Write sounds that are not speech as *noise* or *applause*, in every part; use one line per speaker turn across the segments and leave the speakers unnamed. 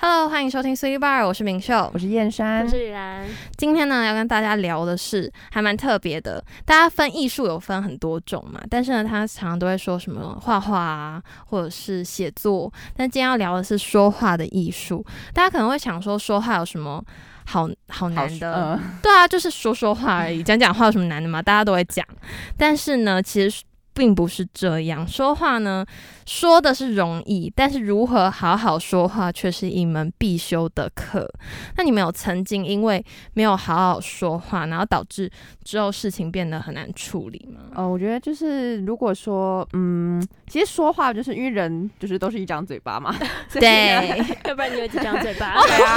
Hello，欢迎收听 City Bar，我是明秀
我。是燕山
我，是雨然，
今天呢，要跟大家聊的是还蛮特别的。大家分艺术有分很多种嘛，但是呢，他常常都会说什么画画啊，或者是写作。但今天要聊的是说话的艺术。大家可能会想说，说话有什么好好
好
难的？
嗯
对啊，就是说说话而已，讲 *laughs* 讲话有什么难的嘛？大家都会讲。但是呢，其实并不是这样。说话呢，说的是容易，但是如何好好说话却是一门必修的课。那你们有曾经因为没有好好说话，然后导致之后事情变得很难处理吗？
呃，我觉得就是如果说，嗯，其实说话就是因为人就是都是一张嘴巴嘛，所以
*laughs* *laughs*
呢，
对，
*laughs* 要不然你有几张嘴巴？
哦
对啊，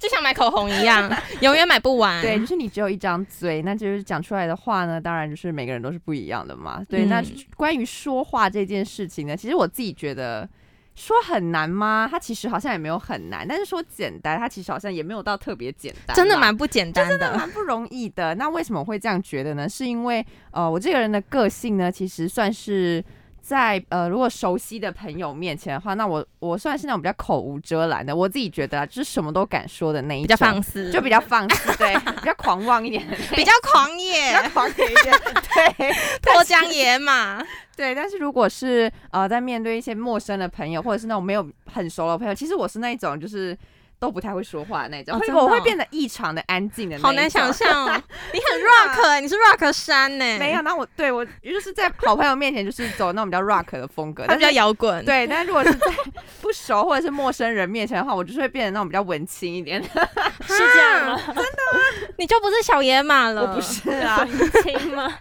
就像买口红一样，永远买不完。
*laughs* 对，就是你只有一张嘴，那就是讲出来的话呢，当然就是每个人都是不一样的嘛。对，那
嗯
关于说话这件事情呢，其实我自己觉得。说很难吗？它其实好像也没有很难，但是说简单，它其实好像也没有到特别简单啦。
真的蛮不简单的。
*laughs* 蛮不容易的。那为什么会这样觉得呢？是因为呃，我这个人的个性呢，其实算是在呃，如果熟悉的朋友面前的话，那我我算是那种比较口无遮拦的。我自己觉得啊，就是什么都敢说的那一种，
比较放肆，
就比较放肆，对，比较狂妄一点的那一种，
*laughs* 比较狂
比
野，
较狂野一点，对。 *laughs*
*laughs* 脱缰野马。
对，但是如果是呃，在面对一些陌生的朋友，或者是那种没有很熟的朋友，其实我是那一种就是都不太会说话的那种，
哦
会
真的哦
我会变得异常的安静的那一种。
好难想象
*laughs*
哦，你很 rock 哎、你是 rock 山呢、
没有，，那我对我就是在好朋友面前就是走那种比较 rock 的风格，
*laughs* 他
但
比较
是
摇滚。，
对，但如果是在 *laughs* 不熟或者是陌生人面前的话，我就是会变得那种比较文青一点。
*laughs* 是这样吗？
你就不是小野马了，
我不，是啊，
亲吗？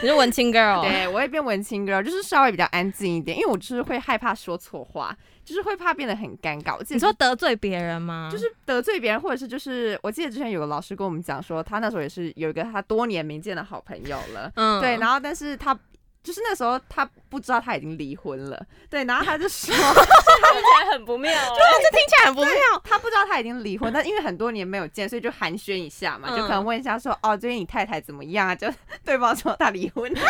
你是文青 girl。
对我会变文青 girl，就是稍微比较安静一点，因为我就是会害怕说错话，就是会怕变得很尴尬。我记得
你说得罪别人吗？
就是得罪别人，或者是就是，我记得之前有个老师跟我们讲说，他那时候也是有一个他多年没见的好朋友了，
嗯
*laughs* 对，然后但是他就是那时候他不知道他已经离婚了，对，然后他就说
听起来很不妙哦。
*laughs* 这听起来很不妙。
他不知道他已经离婚，但因为很多年没有见，所以就寒暄一下嘛，
嗯
就可能问一下说，哦，最近你太太怎么样啊？ *laughs* 就对方说他离婚了。 *laughs*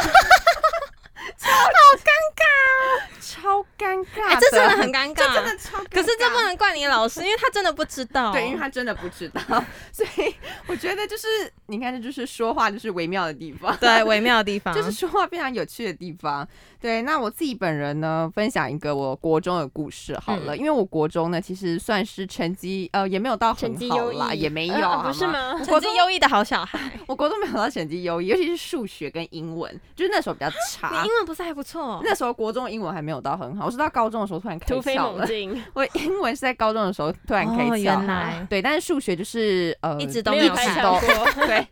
超好尴尬，超尴尬
哎、
的，
这真的很尴
这真
尬。
的超尴尬。
可是这不能怪你老师，因为他真的不知道。
对，因为他真的不知道， *laughs* 所以我觉得就是你看，这就是说话就是微妙的地方，
对微妙的地
啊
方，
*laughs* 就是说话非常有趣的地方。对，那我自己本人呢，分享一个我国中的故事好
嗯
了，因为我国中呢其实算是成绩呃也没有到
成
很
绩
好
优
啦，
异
也没有、啊
呃
好
*laughs* 不是
吗？
吗？
成绩优异的好小孩。
我国中没有到成绩优异，尤其是数学跟英文，就是那时候比较差
你。英文不是还不错？
那时候国中英文还没有到很好，我是到高中的时候突然开
突飞
窍
猛
了。
进，
我英文是在高中的时候突然开
哦，
窍，
原来
对，但是数学就是呃
一直都
没
没有
有
看
开
到
窍
*laughs*
过。
对，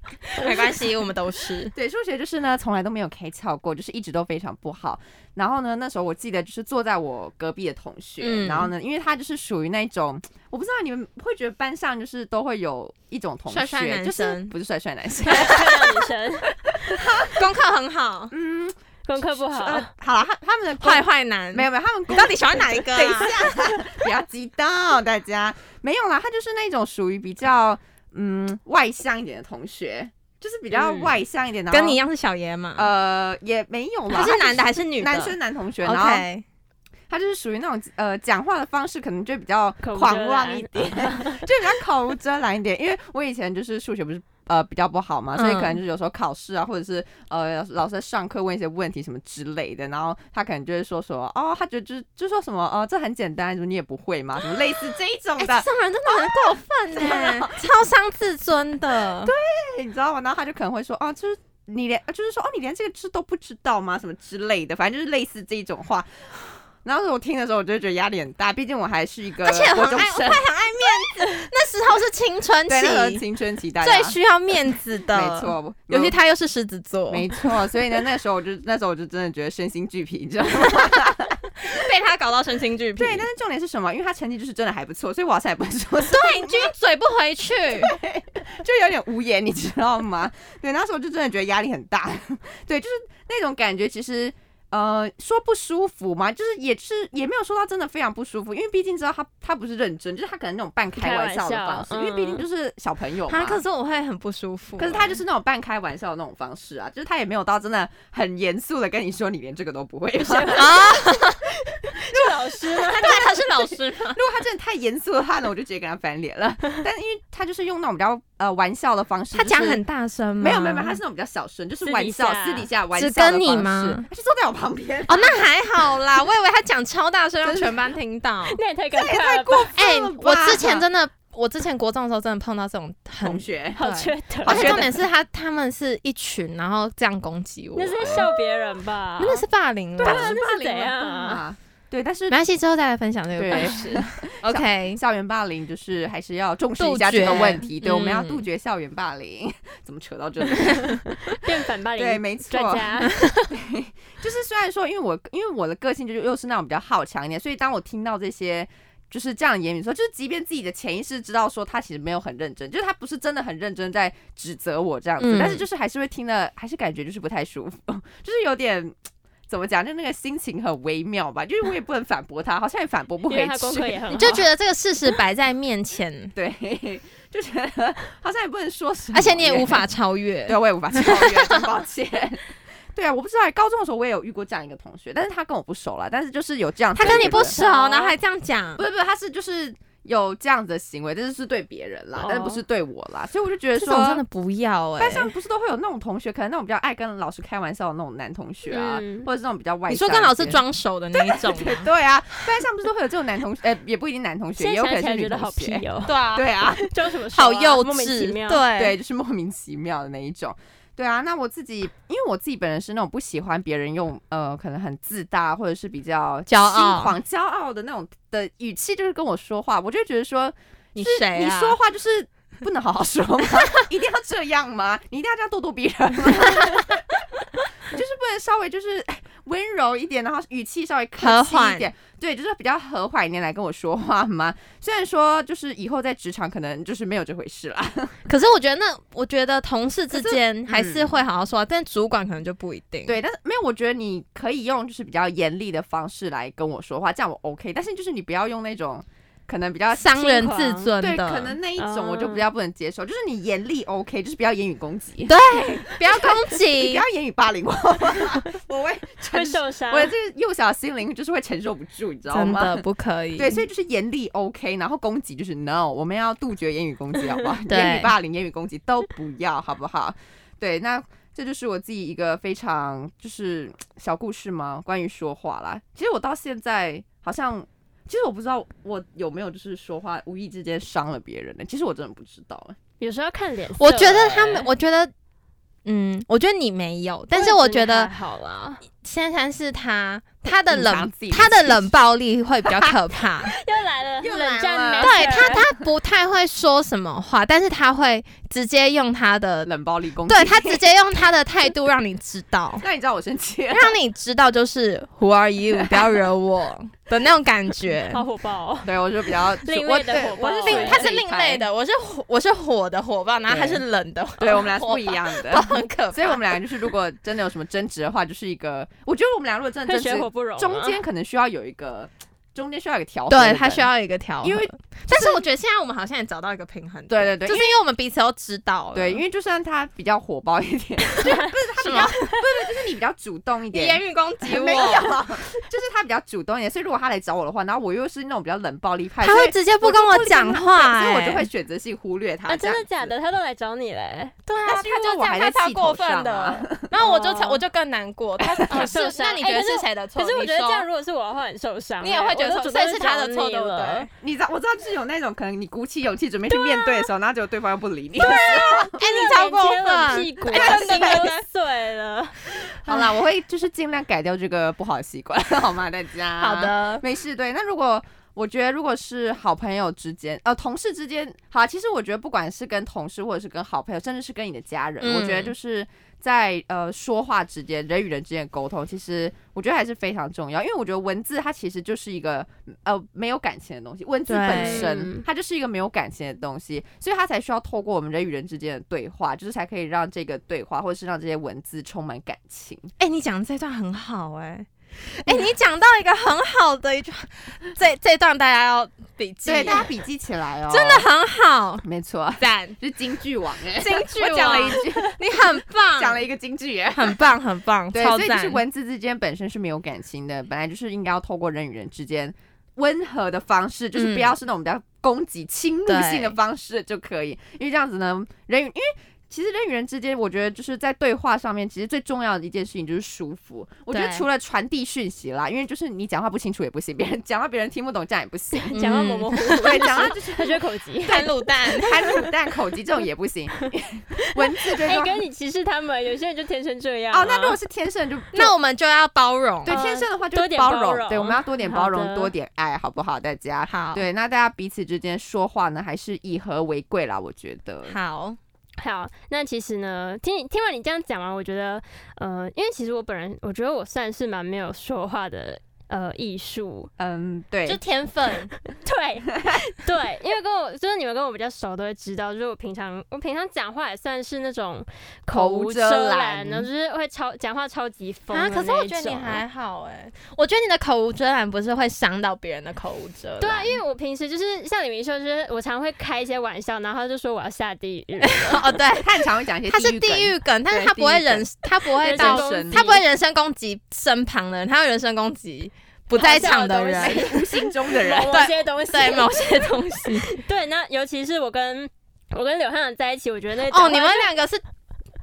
没关系，我们都是。
*laughs* 对，数学就是呢，从来都没有开窍过，就是一直都非常不好。然后呢，那时候我记得就是坐在我隔壁的同学，
嗯
然后呢，因为他就是属于那种，我不知道你们会觉得班上就是都会有一种同学，
帅帅男
就是
生
不是帅帅男生，
*laughs*
女生
功课很好，
嗯，
*laughs*
功课不好
呃，，好了，他他们的功
坏坏男。
没有没有，他们
你 *laughs*
功
到底喜欢哪一个、
*laughs* 等一
啊？
下，不要激动，大家没有啦，他就是那种属于比较嗯外向一点的同学，就是比较
嗯
外向一点，然后
跟你一样是小野马。
哦呃也没有啦，
他是
就
男的还是女的？
男生男同学，然后
OK，
他就是属于那种呃，讲话的方式可能就比较
口无
狂
遮
妄
拦
一点， *laughs* 就比较口无遮拦一点。因为我以前就是数学不是呃比较不好嘛，所以可能
嗯
就是有时候考试啊，或者是呃老师在上课问一些问题什么之类的，然后他可能就会说什么哦，他觉得就是就说什么哦，这很简单，你也不会
*laughs*
嘛，什么类似这一种
哎、
的，
这种人真的很过
哦
分呢、超伤自尊的。对，
你知道吗？然后他就可能会说啊，就是你连就是说哦，你连这个字都不知道吗？什么之类的，反正就是类似这一种话。然后我听的时候，我就觉得压力很大，毕竟我还是一个
而且
国
很
中
爱，
生
我会。很爱面子。那时候是青春
对，那时候
期，
青春期大家
最需要面子的。
没，错，
尤其
他
他又是狮子座，
没错，所以呢，那时候我就那时候我就真的觉得身心俱疲，你知道吗？
被他搞到身心俱疲。
*laughs* 对，但是重点是什么？因为他成绩就是真的还不错，所以我好像也不是说
对，你居然嘴不回去，
就有点无言，你知道吗？ *laughs* 对，那时候就真的觉得压力很大， *laughs* 对，就是那种感觉，其实。呃，说不舒服嘛，就是也是也没有说到真的非常不舒服，因为毕竟知道他他不是认真，就是他可能那种半开
开
玩
玩
笑的
笑
方式，因为毕竟
嗯
就是小朋友嘛
他。可是我会很不舒服。
可是他就是那种半开玩笑的那种方式啊，就是他也没有到真的很严肃的跟你说你连这个都不会吧，
啊，
是老师
*laughs*
吗？
对，他是
*laughs*
老师吗？
*laughs* 如果他真的太严肃的话呢，我就直接跟他翻脸了。但因为他就是用那种比较呃玩笑的方式，
他讲
就是
很大声吗？
没有没有没有，他是那种比较小声，就是玩笑私
私底下
底下玩笑
只
的方式。
跟你吗
他就坐在我旁边，
哦，那还好啦，我以为他讲超大声，让全班听
*laughs*
到。
那也太尴尬了吧，
哎、
了吧
我之前真的，我之前国中的时候真的碰到这种很
同，学。
好缺
*laughs*
德。
而
好
且
缺
重点是他他们是一群，然后这样攻击我，
那是在笑别人吧？
那是霸凌
对啊，
了。
那是
霸凌
怎样啊
啊？对，但是
没关系，之后再来分享这个故
对
事。OK，
*laughs* 校园霸凌就是还是要重视一下
杜绝
这个问题，对，
嗯
我们要杜绝校园霸凌。 *laughs* 怎么扯
*laughs*
到这里？
变反霸
对，
凌
没错，
专家，
就是虽然说，因为我因为我的个性就是又是那种比较好强一点，所以当我听到这些就是这样的言语的时候，就是即便自己的潜意识知道说他其实没有很认真，就是他不是真的很认真在指责我这样子，
嗯
但是就是还是会听的，还是感觉就是不太舒服， *laughs* 就是有点。怎么讲？就那个心情很微妙吧，就是我也不能反驳他，好像也反驳不
因
回
为他功课
去。
也很好，
你就觉得这个事实摆在面前，
*laughs*
*laughs*
对， *laughs* 就觉得好像也不能说什么，
而且
*laughs*
你也无法超越。
对，我也无法 *laughs* 超越，真抱歉。 *laughs* 对啊，我不知道，高中的时候我也有遇过这样一个同学，但是他跟我不熟啦，但是就是有这样，
他跟你不
熟，
熟，然后还这样讲
不，是不是，他是就是有这样子的行为，但是是对别人啦，
哦
但是不是对我啦，所以我就觉得
这种真的
说。
不要哎、
班上不是都会有那种同学，可能那种比较爱跟老师开玩笑的那种男同学啊，
嗯
或者是那种比较外向一
你
些。
说跟老师装熟的那一 *laughs* 种吗？
对啊，班上不是都会有这种男同学，呃，也不一定男同学，
现
也有可
在想
能是女
起来觉得
同
好
学。
屁哦，
对啊，
对啊，
装什么熟啊？
好幼
莫名其
稚，
妙。
对，
对，啊
就是莫名其妙的那一种。对啊，那我自己，因为我自己本人是那种不喜欢别人用呃，可能很自大或者是比较
骄傲
轻狂、骄傲的那种的语气，就是跟我说话，我就会觉得说，
你
就是
谁、啊？
你说话就是不能好好说吗？ *laughs* 一定要这样吗？你一定要这样咄咄逼人吗？ *laughs* 就是不能稍微就是温柔一点，然后语气稍微客
和
气
缓
一点，对，就是比较和缓一点来跟我说话吗？虽然说就是以后在职场可能就是没有这回事啦，
可是我觉得那，我觉得同事之间还是
嗯
会好好说话、但主管可能就不一定。，
对，但是没有，我觉得你可以用就是比较严厉的方式来跟我说话，这样我 OK。但是就是你不要用那种可能比较
伤人
轻狂
自尊
啊对，
的，
可能那一种我就比较不能接受。就是你严厉 OK，就是不要言语攻
嗯
击，
不要攻
你 *laughs* 不
击
要。言语霸凌我，我会承
会
受，
受伤
我。的这个幼小心灵就是会承受不住，你知道
啊真
吗
的？不可以。
对，所以就是严厉 OK，然后攻击就是 No，我们要杜绝言语攻击，好不好？
对
言语霸凌、言语攻击都不要，好不好？对，那这就是我自己一个非常就是小故事嘛，关于说话啦。其实我到现在好像，其实我不知道我有没有就是说话无意之间伤了别人呢、其实我真的不知道、欸，
有时候看脸色，
我觉得他
哎
们，我觉得，嗯，我觉得你没有，但是
也
我
得
觉得
还好啦，
珊珊是他他的
隐
冷
藏自己的
他的冷暴力会比较可怕。
又来了，
又来
冷战
了
master，
对他他不太会说什么话，但是他会直接用他的，
冷暴力攻击。
对他直接用他的态度让你知
*laughs*
道。
那你知道我生气了？
让你知道就是 Who are you？不要惹我的那种感觉。
*laughs* 好火爆哦，
对，我就比较
另
我
类的
对
火爆
我是
对
另欸他是另类，的，我是火我是火的火爆，然后他是冷的，
对我们俩是不一样的
都。很可怕。
所以我们俩就是，如果真的有什么争执的话，就是一个，我觉得我们俩如果真的
会
争
水火
执，
不容啊。
中间可能需要有一个，中间需要有一个调和的
对
人，
他需要一个调和，
因为
但是我觉得现在我们好像也找到一个平衡点，
对对对
就是因为我们彼此都知道了，
对，因为就算他比较火爆
*laughs*
一点，
是吗？
就是你比较主动一
你
点
言。语攻击
没有，
我，
*laughs* 就是他比较主动一点，所以如果他来找我的话，然后我又是那种比较冷暴力派，
他
所
会
以
直接不
我
跟
就
我
理
讲
他
话，
对所以我
哎
就会选择性忽略他。
啊，真
这
的
样
假
子？
的？他都来找你嘞，
对啊，
但是
因为
他就我还
这样
在
他
气
过
头
分
上
的
啊，
*laughs* 然后我就才
哦
我就更难过，他
哦
哦
受
是，
伤
那你
哎
觉得
可是
是
我
谁的错？
可是我
你
觉得这
说
样，如果是我的话，很受伤欸。
你也会觉得
我
说
都主
所以
动
是他的
找
错，
你
对不对
了？？
你知道，我知道，就是有那种可能你鼓起勇气准备去面对
啊
的时候，然后结果对方又不理你。 *laughs*
哎，你超过分，
我屁股
*laughs* 哎
真
真的
的
真
都
的。
碎了。
好啦，我会就是尽量改掉这个不好的习惯， *laughs* 好吗，大家？
好，的， *laughs*
没事。对，那如果我觉得如果是好朋友之间，呃，同事之间，好，其实我觉得不管是跟同事或者是跟好朋友，甚至是跟你的家人，
嗯
我觉得就是在呃说话之间，人与人之间的沟通，其实我觉得还是非常重要，因为我觉得文字它其实就是一个呃没有感情的东西，文字
对
本
嗯
身它就是一个没有感情的东西，所以它才需要透过我们人与人之间的对话，就是才可以让这个对话或者是让这些文字充满感情。
哎，你讲的这段很好，哎，哎、你讲到一个很好的一句，话，这这段大家要笔记，
对，大家笔记起来哦，
真的很好，
没错，
赞，
是京剧王哎、
京剧
我讲了
王
一句，
你很棒，
讲了一个京剧
*laughs*
耶。
很棒，很棒，
对，
超
所以就是
赞。
文字之间本身是没有感情的，本来就是应该要透过人与人之间温和的方式，就是
嗯
不要是那种比较攻击、侵入性的
对
方式就可以，因为这样子呢，人与因为。其实人与人之间，我觉得就是在对话上面，其实最重要的一件事情就是舒服。我觉得
对
除了传递讯息啦，因为就是你讲话不清楚也不行，别人
*laughs*
讲话别人听不懂这样也不行。
嗯
讲到模模糊糊，
对，讲话 *laughs* 就是
他就会口急。
看卤蛋，
含卤蛋口级这种也不行， *laughs* 文字最
啊
哎，
重要。
跟你歧视他们，有些人就天生这样啊。
哦，那如果是天生就就
那我们就要包容。
对
呃
天生的话就
多
是
点
包
包
容，
容
对，我们要多点
好
包容，
的
多点爱，好不好？大家
好，
对，那大家彼此之间说话呢，还是以和为贵啦，我觉得。
好，
啊好，那其实呢，听你听完你这样讲完，我觉得，呃，因为其实我本人，我觉得我算是蛮没有说话的，呃，艺术，
嗯，对
就，天分，
*laughs* 对对，因为跟我就是你们跟我比较熟，都会知道，就是我平常我平常讲话也算是那种
口
口
无
无
遮
遮
拦
拦的，就是会超讲话超级疯
啊，
的
可是
那
我
一
觉得你
种
还好哎、我觉得你的口无遮拦不是会伤到别人的口无遮拦。
对啊，因为我平时就是像李明说，就是我常会开一些玩笑，然后他就说我要下地狱，
哦对，
他很常会讲一
*laughs*
些
他是
梗
地，狱梗，但
对
是他不会
地狱梗
人，他不会
人身
到，
神
攻击
他不会人身攻击身旁的人，他会人身攻击不在场的
好笑
人，
的
*laughs* 无形中
*laughs*
的人。
某某
对
些东西，
对某些东 *laughs* 西。
对，那尤其是我跟我跟柳汉阳在一起，我觉得那
哦，
讲
你
话
们两个是，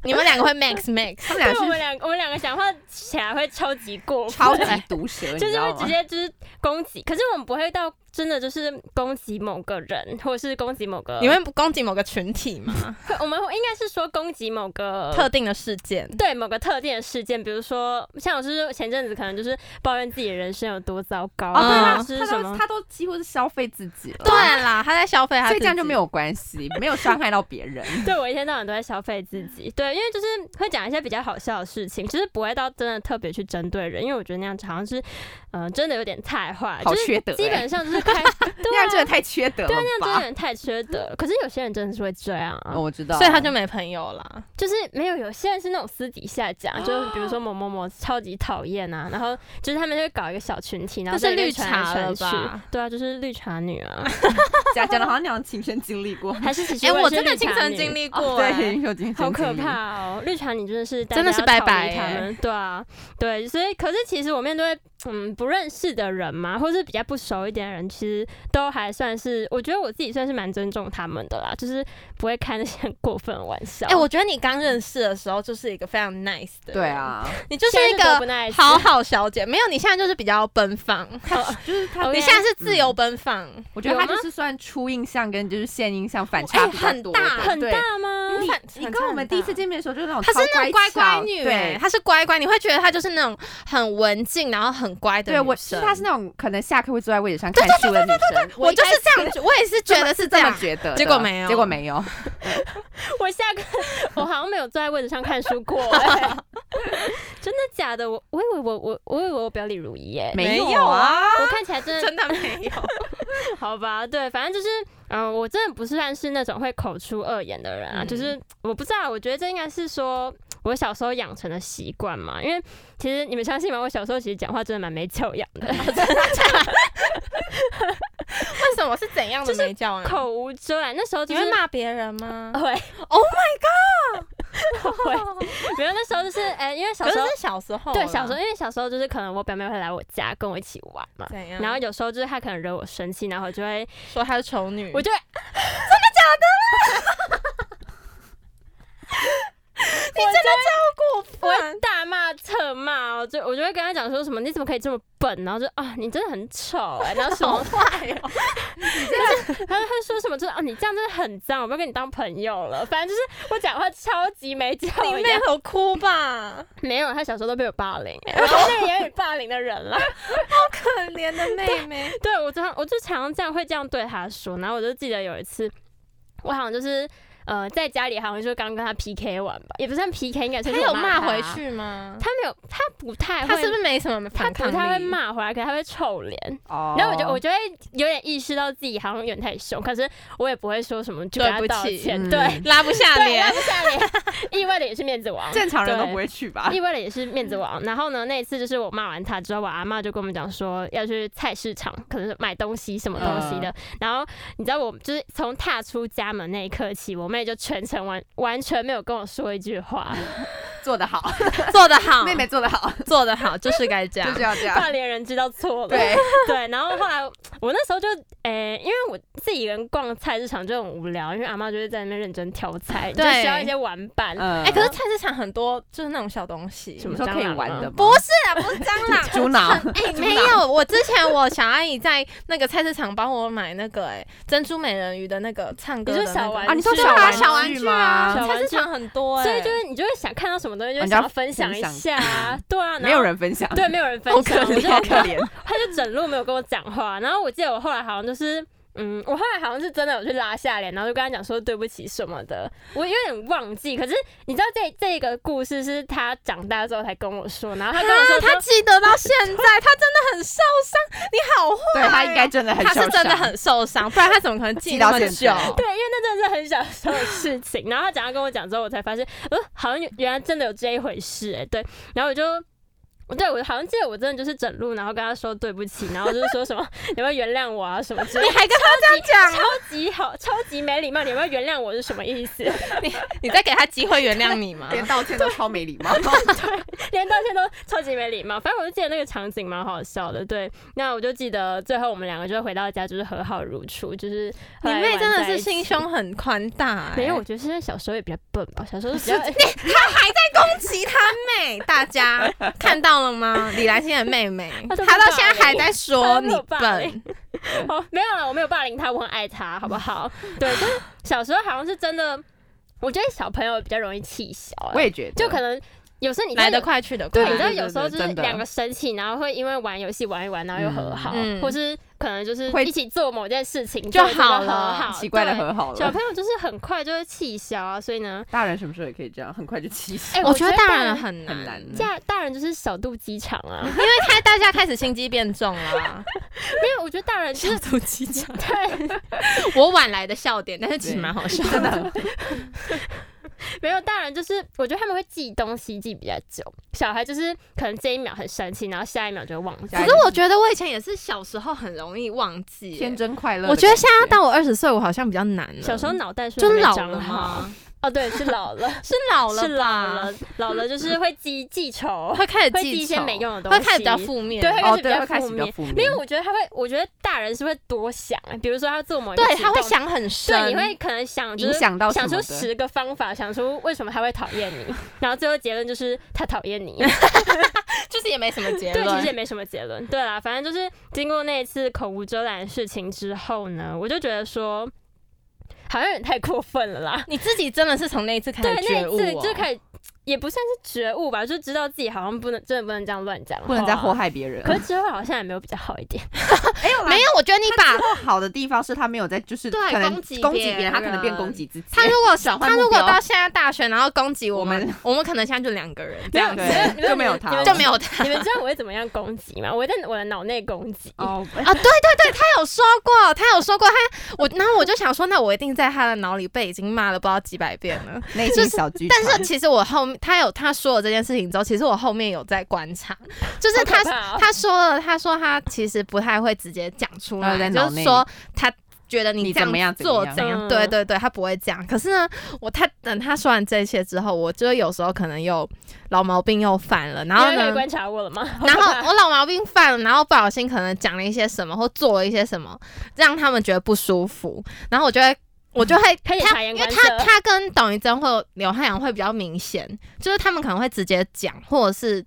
你们两个会 max *laughs* max，
他们
对
俩
我们
是
两我们两个讲话起来会超级过分，
超级毒
*laughs*
舌，你
就
知
是
道
会直
吗？
接就是攻击，可是我们不会到真的就是攻击某个人，或者是攻击某个，
你们攻击某个群体吗？
会我们会应该是说攻击某个
特定的事件。
对某个特定的事件，比如说像我就是前阵子可能就是抱怨自己的人生有多糟糕，
哦
或者
对
是
啊他
嗯什
都
么
他都几乎是消费自己了，
对，啦，他在消费他，
所以这样就没
有。
有关系，没有伤害到别
*laughs*
人。
对我一天到晚都在消费自己，对，因为就是会讲一些比较好笑的事情，就是不会到真的特别去针对人，因为我觉得那样好像是，嗯、真的有点太坏，
好
就是
缺德欸
基本
*laughs*
上就是开，对
那
啊
样，真的太缺德了
对啊，那样真的有
吧？
点太缺德了。可是有些人真的是会这样啊
嗯，我知道，
所以他
*laughs*
就没朋友啦。
就是没有有些人是那种私底下讲，
哦
就是比如说某某某超级讨厌啊，然后就是他们就会搞一个小群体，然后
这是
在那边
绿
传
茶
来
了
传去
吧
对啊，就是绿茶女啊，
*laughs*
讲讲的好像你好像亲身经历
*laughs*
过，
还是其实
哎，我
是
真的
绿
亲
茶
身
女
经历
哦
过，
对，
哎
你有亲身
好可
经历
怕哦！绿茶女真的是大
真的
家
是
要
拜
逃
拜
离他
欸
们，对啊，对，所以可是其实我面对嗯不认识的人嘛，或是比较不熟一点的人，其实都还算是，我觉得我自己算是蛮尊重他们的啦，就是不会开那些很过分的玩
*laughs*
笑。
哎，我觉得你刚认识的时候就是一个非常 nice 的，
对，啊， *laughs*
你就是
现在
一
是多
个
不
*laughs*
耐
好好小姐，没有，你现在就是比较奔
*laughs*
放，
*laughs* 哦
就是他
OK
你现在是自
嗯
由奔放，
我觉得他
有吗
就是算初印象跟就是现印象反
哎
差比较
很
多
大
的
很
对
大吗？
你反
你跟我们第一次。见面的时候就是那种
她是那
超
种乖
巧
乖女、欸，
对
她是乖乖，你会觉得她就是那种很文静，然后很乖的
对，我
女
是
生。
她是那种可能下课会坐在位置上看书的女生，
我就是
一开
这
始
样觉，我也是觉得是这
这么
样。
觉得的，
结果没有
结果没有，
*laughs* 我下
*laughs*
课，我好像没有坐在位置上看书过、欸真的假的？我我以为我我我以为我表里如一耶、
没
有
有
啊，
我看起来真的
真的没有，
好吧，对，反正就是，嗯、我真的不算是那种会口出恶言的人啊，
嗯
就是我不知道，我觉得这应该是说我小时候养成的习惯嘛，因为其实你们相信吗？我小时候其实讲话真的蛮没教养的，
*laughs* 为什么是怎样的没啊教养？
口无遮拦，那时候就
嗯你
是呃
会骂别人吗？
会
Oh
my god，会， *laughs* 没有那时候就是，哎、因为小
可
时
是
候
是小时候啦，
对小时候，因为小时候就是可能我表妹会来我家跟我一起玩嘛。
怎样？
然后有时候就是她可能惹我生气，然后我就会，
说她是丑女，
我就会
你真的超
我
过
会
分。
大骂特骂，我就我就会跟他讲说什么你怎么可以这么笨，然后就啊你真的很丑哎、然后
*laughs*
什么
坏哦！
他他说什么就是哦你这样真的很脏，我不要跟你当朋友了。反正就是我讲话超级没教
你
养，
妹有哭 *laughs* 吧？
没有他小时候都被我霸凌、
*laughs*
欸，我现在也有霸凌的人了。
可怜的妹妹，
对我常我就常常这样会这样对他说，然后我就记得有一次，我好像就是。呃，在家里好像就刚跟他 PK 完吧，也不算 PK，应该
他
是
有
我
骂
骂他
回，去吗？
他没有，他不太
他
会
是不是没什么
他
反抗力？
不太会
*laughs*
骂回来，可是他会臭脸。
哦
然后我就我就会有点意识到自己好像有点太凶，可是我也不会说什么就
对
跟他
不
道
起
歉，
嗯
对、
拉不下
对，拉
脸，
不下脸，意外的也是面 *laughs* 子王。
正常人都
对
不会去吧？
意外的也是面子王。然后呢，那一次就是我骂完他之后，我阿妈就跟我们讲说要去菜市场，可能是买东西什么东西
嗯
的。然后你知道我就是从踏出家门那一刻起，我妹就全程完 *laughs* 完全没有跟我说一
*laughs*
句话，
做得好，
做得好，
*laughs* 妹妹做得好，
做得好， *laughs* 就是该这样
就。是要这样。
大连人知道错了。
对，
*laughs* 对，然后后来我那时候就，诶、因为我自己一个人逛菜市场就很无聊，因为阿妈就是在那边认真挑菜，就
对
需要一些玩伴。
嗯
哎、可是菜市场很多就是那种小东西，
什
你
么
说可以
蟑螂
玩
吗
的吗？
不是啊，不是蟑螂，
猪
*laughs*
脑，
哎、没有，我之前我小阿姨在那个菜市场帮我买那个哎、珍珠美人鱼的那个唱歌的、
你
那个、
说小丸
啊你说
是
对啊
玩
小玩
具
具
吗
啊，
小玩
菜市
具
场很多哎、
所以就是你就会想看到什么东西，就
人
会
家
想要分享一
哦分享
下啊，对啊，然后
没有人分享，
对，没有人分
好可
享，我
怜，啊
就
好可怜。
他就整路没有跟我讲话。然后我记得我后来好像就是，嗯，我后来好像是真的有去拉下脸，然后就跟他讲说对不起什么的。我有点忘记，可是你知道这这个故事是他长大之后才跟我说，然后他跟我说
啊他记得到现在，他真的很受伤。你好坏，
对他应该真的很
他
受
是真的
伤
很受伤，不然他怎么可能记那么
记到现
久？
在
对，因为那真的是很小时候的事
*laughs*
情。然后他讲，他跟我讲之后，我才发现，呃，好像原来真的有这一回事、哎，对。然后我就，我对我好像记得我真的就是整路，然后跟他说对不起，然后就是说什么 *laughs* 你要不要原谅我啊什么之类
你
的，
还跟他这样
超级好，超级没礼貌，你要不要原谅我是什么意思？
讲，你再给他机会原谅你
*laughs*
吗？
连道歉都超没礼貌。
*laughs* 连道歉都超级没礼貌。反正我就记得那个场景蛮好笑的，对。那我就记得最后我们两个就回到家，就是和好如初，就是后
你
来
妹真的
玩在
是
一起
心。胸很宽大、哎
没有，我觉得是因为小时候也比较笨吧，小时候就比
*laughs*
较
攻击他妹，大家看到了吗？李兰心的妹
*laughs*
妹，
她都
她到
不霸
现在还
凌
在
她
说
都
你
没有霸凌
笨，
哦， *laughs* 没有了，我没有霸凌他，我很爱他，好
*laughs*
不好？对，就是小时候好像是真的，我觉得小朋友比较容易气小啊，
我也觉得，
就可能有时候你知道
来得
有。
快去得
对，
快
你知。道
对对
有时候
对
就是
真的
两个生气，然后会因为玩游戏玩一玩，然后又和好，
嗯
或是可能就是
会
一起做某件事情
就
做一做
好
和
了
好
奇怪的
对
和好
小
了。
朋友就是很快就会气消啊，所以呢，
大人什么时候也可以这样，很快就气死。
哎、
我觉
觉
得
大
大人
*laughs*
很难，
很难
因
大大人就是小肚鸡肠啊，
*laughs* 为开大家开始心机变重
*laughs*
了。 *laughs*
因为我觉得大人就是
肚鸡肠，
对，
我晚来的笑点，但是其实
对
蛮好笑
真的
的。
很
没有，当然就是我觉得他们会记东西记比较久，小孩就是可能这一秒很生气，然后下一秒就会忘记
可。是我觉得我以前也是小时候很容易忘记耶，
天真快乐的感觉。
我觉得现在到我二十岁，我好像比较难了。
小时候脑袋是
就
不是
是
没
老
长
了
好？
吗？
哦，对，是老了，
*laughs* 是老
是
了
老
吧
了？，老了就是会记记仇，
会开始
会记一些
呃仇
没用的东西，
会开始比较负面。
对会
哦，
开始比
对，
较
会开始
负
比较
面
负面，
没有，我觉得他会，我觉得大人是会多想，比如说他做某一个
对，
举
他会
动
想很深，
对，你会可能想就
影
是
响到什
想
么
出
的
十个方法，想出为什么他会讨厌
*laughs*
你，然后最后结论就是他讨厌你。
就是也没什么结
对，其实也
论。
没什么结论。对啦，反正就是经过那一次口无遮拦的事情之后呢，我就觉得说，好像有点太过分了
*laughs*
啦。
你自己真的是从那一次开
对，
始
那
觉悟、
一次就
哦。
开始，也不算是觉悟吧，就知道自己好像不能，真的不能这样乱讲，
不能再祸。害别人。
可是之后好像也没有比较好一点，
*laughs* 没有啦
没有，我觉得你
他
把
之后好的地方是他没有在，就是
对
可能
攻
攻
击
击
别
别人，他可能变
人
攻击自己。
他如果
转换
他
目
如果
标
到现在大学，然后攻击我
我
们
们，
我们可能现在就两个人这样子，
对
你们
就没有他
你们
就没有他。
你们知道我会怎么样攻击吗？我会在我的脑内攻击。
*laughs* 哦，
啊，对对对，他有说过，他有说过，他我，然后我就想说，那我一定在他的脑里被已经骂了不知道几百遍了。
内
就
心
是
小剧场。
但是其实我后面他有他说了这件事情之后，其实我后面有在观察，就是
好可
他
怕哦
*laughs* 他说了，他说他其实不太会直接讲出
他会
来，
在
就
脑
是
内
说他觉得
你
这
怎么
样
样
做
怎么样
怎样，
嗯
对对对，他不会这样。可是呢，我他等他说完这一切之后，我就有时候可能又老毛病又犯了，然后
你
呢
有，观察我了吗？
然后我老毛病犯了，然后不小心可能讲了一些什么或做了一些什么，让他们觉得不舒服，然后我就会。我就会
*laughs* 开始察言
因为
观色
他他跟董宇臻或刘汉阳会比较明显，就是他们可能会直接讲，或者是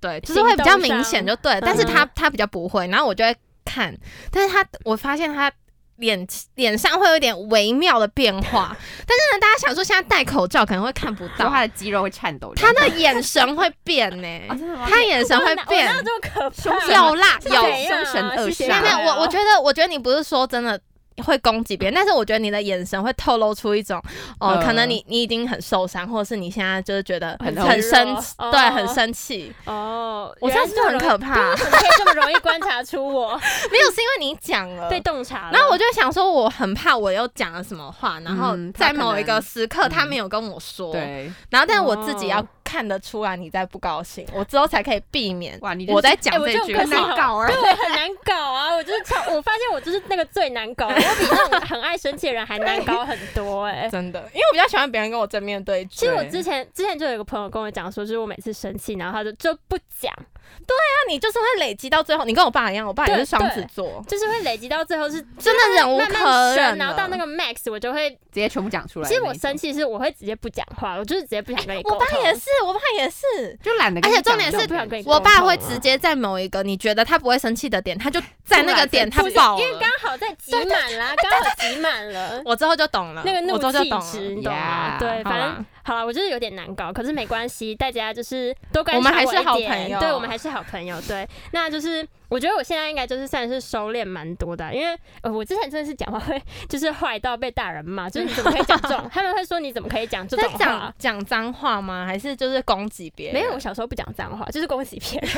对，就是会比较明显就对。
动
但
上
是他
嗯
他比较不会，然后我就会看，但是他我发现他脸脸上会有一点微妙的变化，但是呢，大家想说现在戴口罩可能会看不
然
到
后，他的肌肉会颤抖这
他哦
样。哎
的眼神会变呢、
*laughs*
他眼神会
我哪哦我
变
哪有，这么可怕？
有啦有
怎样啊啊
凶神恶
谢谢
煞
哦
没有没有，我我觉得，我觉得你不是说真的会攻击别人，但是我觉得你的眼神会透露出一种，哦、
嗯
可能你你已经很受伤，或者是你现在就是觉得
很
很
痛
很生气，
哦
对，很生气。
哦，
我这样是不是很可怕？
怕。*laughs* 怎么可以这么容易观察出我
*laughs* 没有，是因为你讲了。
被洞察了？
然后我就想说，我很怕我又讲了什么话，然后
嗯他
在
可
某一个
能
时刻他
嗯
没有跟我说，
对，
然后但我自己要
哦
看得出来你在不高兴，我之后才可以避免
哇，你
我在讲
哎我
这
这种
句
个
很
性
话。
难搞啊
对。我很难搞啊！我就是超，我发现我就是那个最难搞，我比那种很爱生气的人还难搞很多哎、
真的，因为我比较喜欢别人跟我正面对峙。
其实我
对
之前之前就有一个朋友跟我讲说，就是我每次生气，然后他就就不讲，
那你就是会累积到最后，你跟我爸一样，我爸也
对
是双子
对
座，
就是会累积到最后是
真的忍无
慢慢
可
升，
忍
然后到那
了。
个 max 我就会，
直接全部讲出来。
其实我生，气是我会直接不讲话，我就是直接不想跟你沟
我
通。
爸也是，我爸也是。
就懒得跟
而
你
且
讲这
重
种
点
东西。
是
不想跟你沟通
我
啊
爸会直接在某一个你觉得他不会生气的点，他就在那个点他
不是
爆
因为
了
刚。好在挤满啦，刚好挤满了。
我之后就懂了，
那个
我
怒
之后就
气
懂
值，
了。
你懂吗
Yeah，
对，
好
反
啦
正好了，我就是有点难搞，可是没关系，大家就是多关
我们
心
还
我
是
一
好
点
朋友
对我们还是好朋友，对，那就是我觉得我现在应该就是算是收敛蛮多的，因为呃，我之前真的是讲话会就是坏到被大人骂，就是你怎么可以讲这种，他们会说你怎么可以讲这种
*laughs* 在
话
讲。讲脏话吗？还是就是攻击别人？
没有，我小时候不讲脏话，就是恭喜 *laughs* 别人。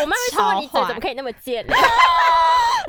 我妈会说
超
你嘴
坏
怎么可以那么贱、呢？妈妈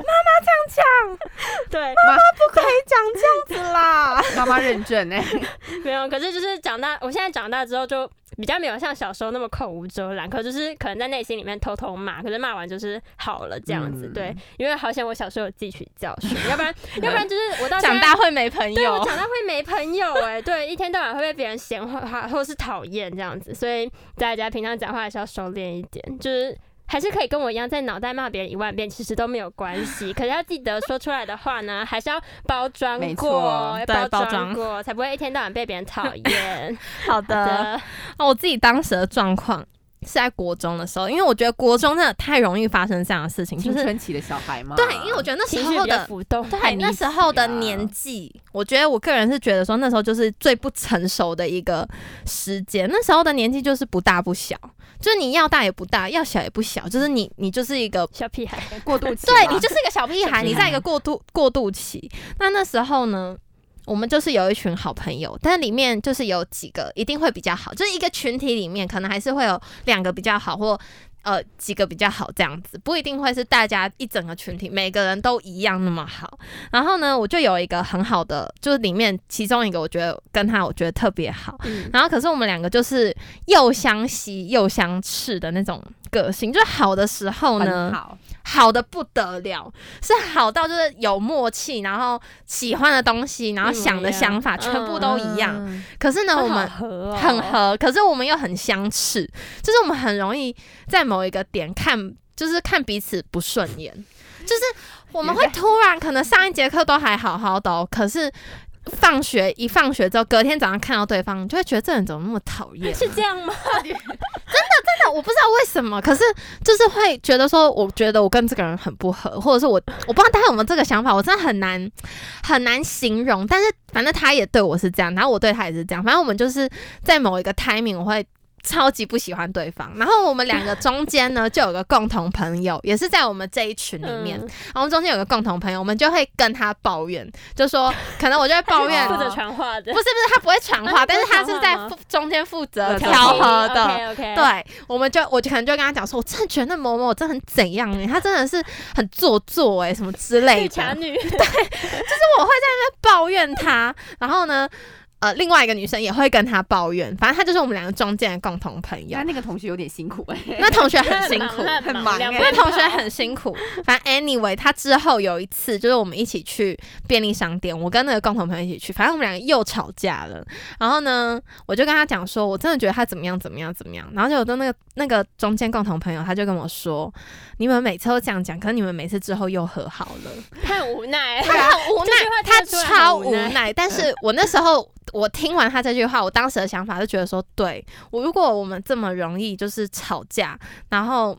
*laughs* 这样讲，
是啦，妈妈认证哎，
对，没有。可是就是长大，我现在长大之后就比较没有像小时候那么口无遮拦，可就是可能在内心里面偷偷骂，可是骂完就是好了这样子。
嗯
对，因为好像我小时候有汲取教 *laughs* 训，要不然要不然就是我到现在
长大会没朋
对我
友。
长大会没朋友哎、对，一天到晚会被别人闲话或是讨厌这样子，所以大家平常讲话还是要收敛一点，就是还是可以跟我一样在脑袋骂别人一万遍，其实都没有关系。可是要记得说出来的话呢，还是要包装
没
过
错，
要
对
包
包
装
装
过，才不会一天到晚被别人
*laughs*
讨厌。
好
好
*laughs*
的，
哦，我自己当时的状况是在国中的时候，因为我觉得国中真的太容易发生这样的事情，就
青
是
春期的小孩嘛。
对，因为我觉得那时
情绪
候
比较
的。
浮动，
对，
叛逆
那时候的
啊
年纪，我觉得我个人是觉得说，那时候就是最不成熟的一个时间。那时候的年纪就是不大不小，就是你要大也不大，要小也不小，就是你你就是一个
*laughs* 小屁孩，
过渡期嘛，
对你就是一个小屁孩，
小屁
你在一个过渡过渡期。那那时候呢，我们就是有一群好朋友，但里面就是有几个一定会比较好，就是一个群体里面可能还是会有两个比较好或。呃，几个比较好这样子，不一定会是大家一整个群体每个人都一样那么好。然后呢，我就有一个很好的，就是里面其中一个，我觉得跟他我觉得特别好，
嗯，
然后可是我们两个就是又相吸又相斥的那种个性，就是好的时候呢
很，好，
好的不得了，是好到就是有默契，然后喜欢的东西，然后想的想法
一模一
全
样
部都一样。
嗯。
可是呢，我们
好合哦
很合，可是我们又很相斥，就是我们很容易在某一个点看，就是看彼此不顺眼，就是我们会突然可能上一节课都还好好的哦、可是。放学一放学之后，隔天早上看到对方，你就会觉得这人怎么那么讨厌啊、
是这样吗？
但我不知道为什么，可是就是会觉得说，我觉得我跟这个人很不合，或者是我我不知道大家有没有这个想法，我真的很难很难形容。但是反正他也对我是这样，然后我对他也是这样，反正我们就是在某一个 timing 我会。超级不喜欢对方，然后我们两个中间呢就有个共同朋友，也是在我们这一群里面，
嗯
然后我们中间有个共同朋友，我们就会跟他抱怨，就说可能我就会
*laughs*
抱怨，哦
负
不
责传话的
是不，是他不会传
啊
话，但是他是在
不会传话吗
负中间负责
调
调和的，
o k
对，我们就我就可能就跟他讲说，我真的觉得那某某真的很怎样哎、他真的是很做作哎、什么之类的，
绿 *laughs* 茶
就是我
女，
会在那边抱怨他，然后呢，呃，另外一个女生也会跟他抱怨，反正他就是我们两个中间的共同朋友
*laughs* 那。那个同学有点辛苦哎，
那同学 *laughs* 很辛
*laughs*
苦，
很忙
两
欸
边
那同学
跑
很辛苦。反正 anyway，他之后有一次，就是我们一起去便利商店，我跟那个共同朋友一起去，反正我们两个又吵架了。然后呢，我就跟他讲说，我真的觉得他怎么样怎么样怎么样。然后结果那个那个中间共同朋友，他就跟我说，你们每次都这样讲，可是你们每次之后又和好了。
哎他很无
*laughs*
奈，
他很无奈
这句话，
他
听得出来
超
很无
无
奈 *laughs*
奈。但是我那时候我听完他这句话，我当时的想法就觉得说，对我如果我们这么容易就是吵架，然后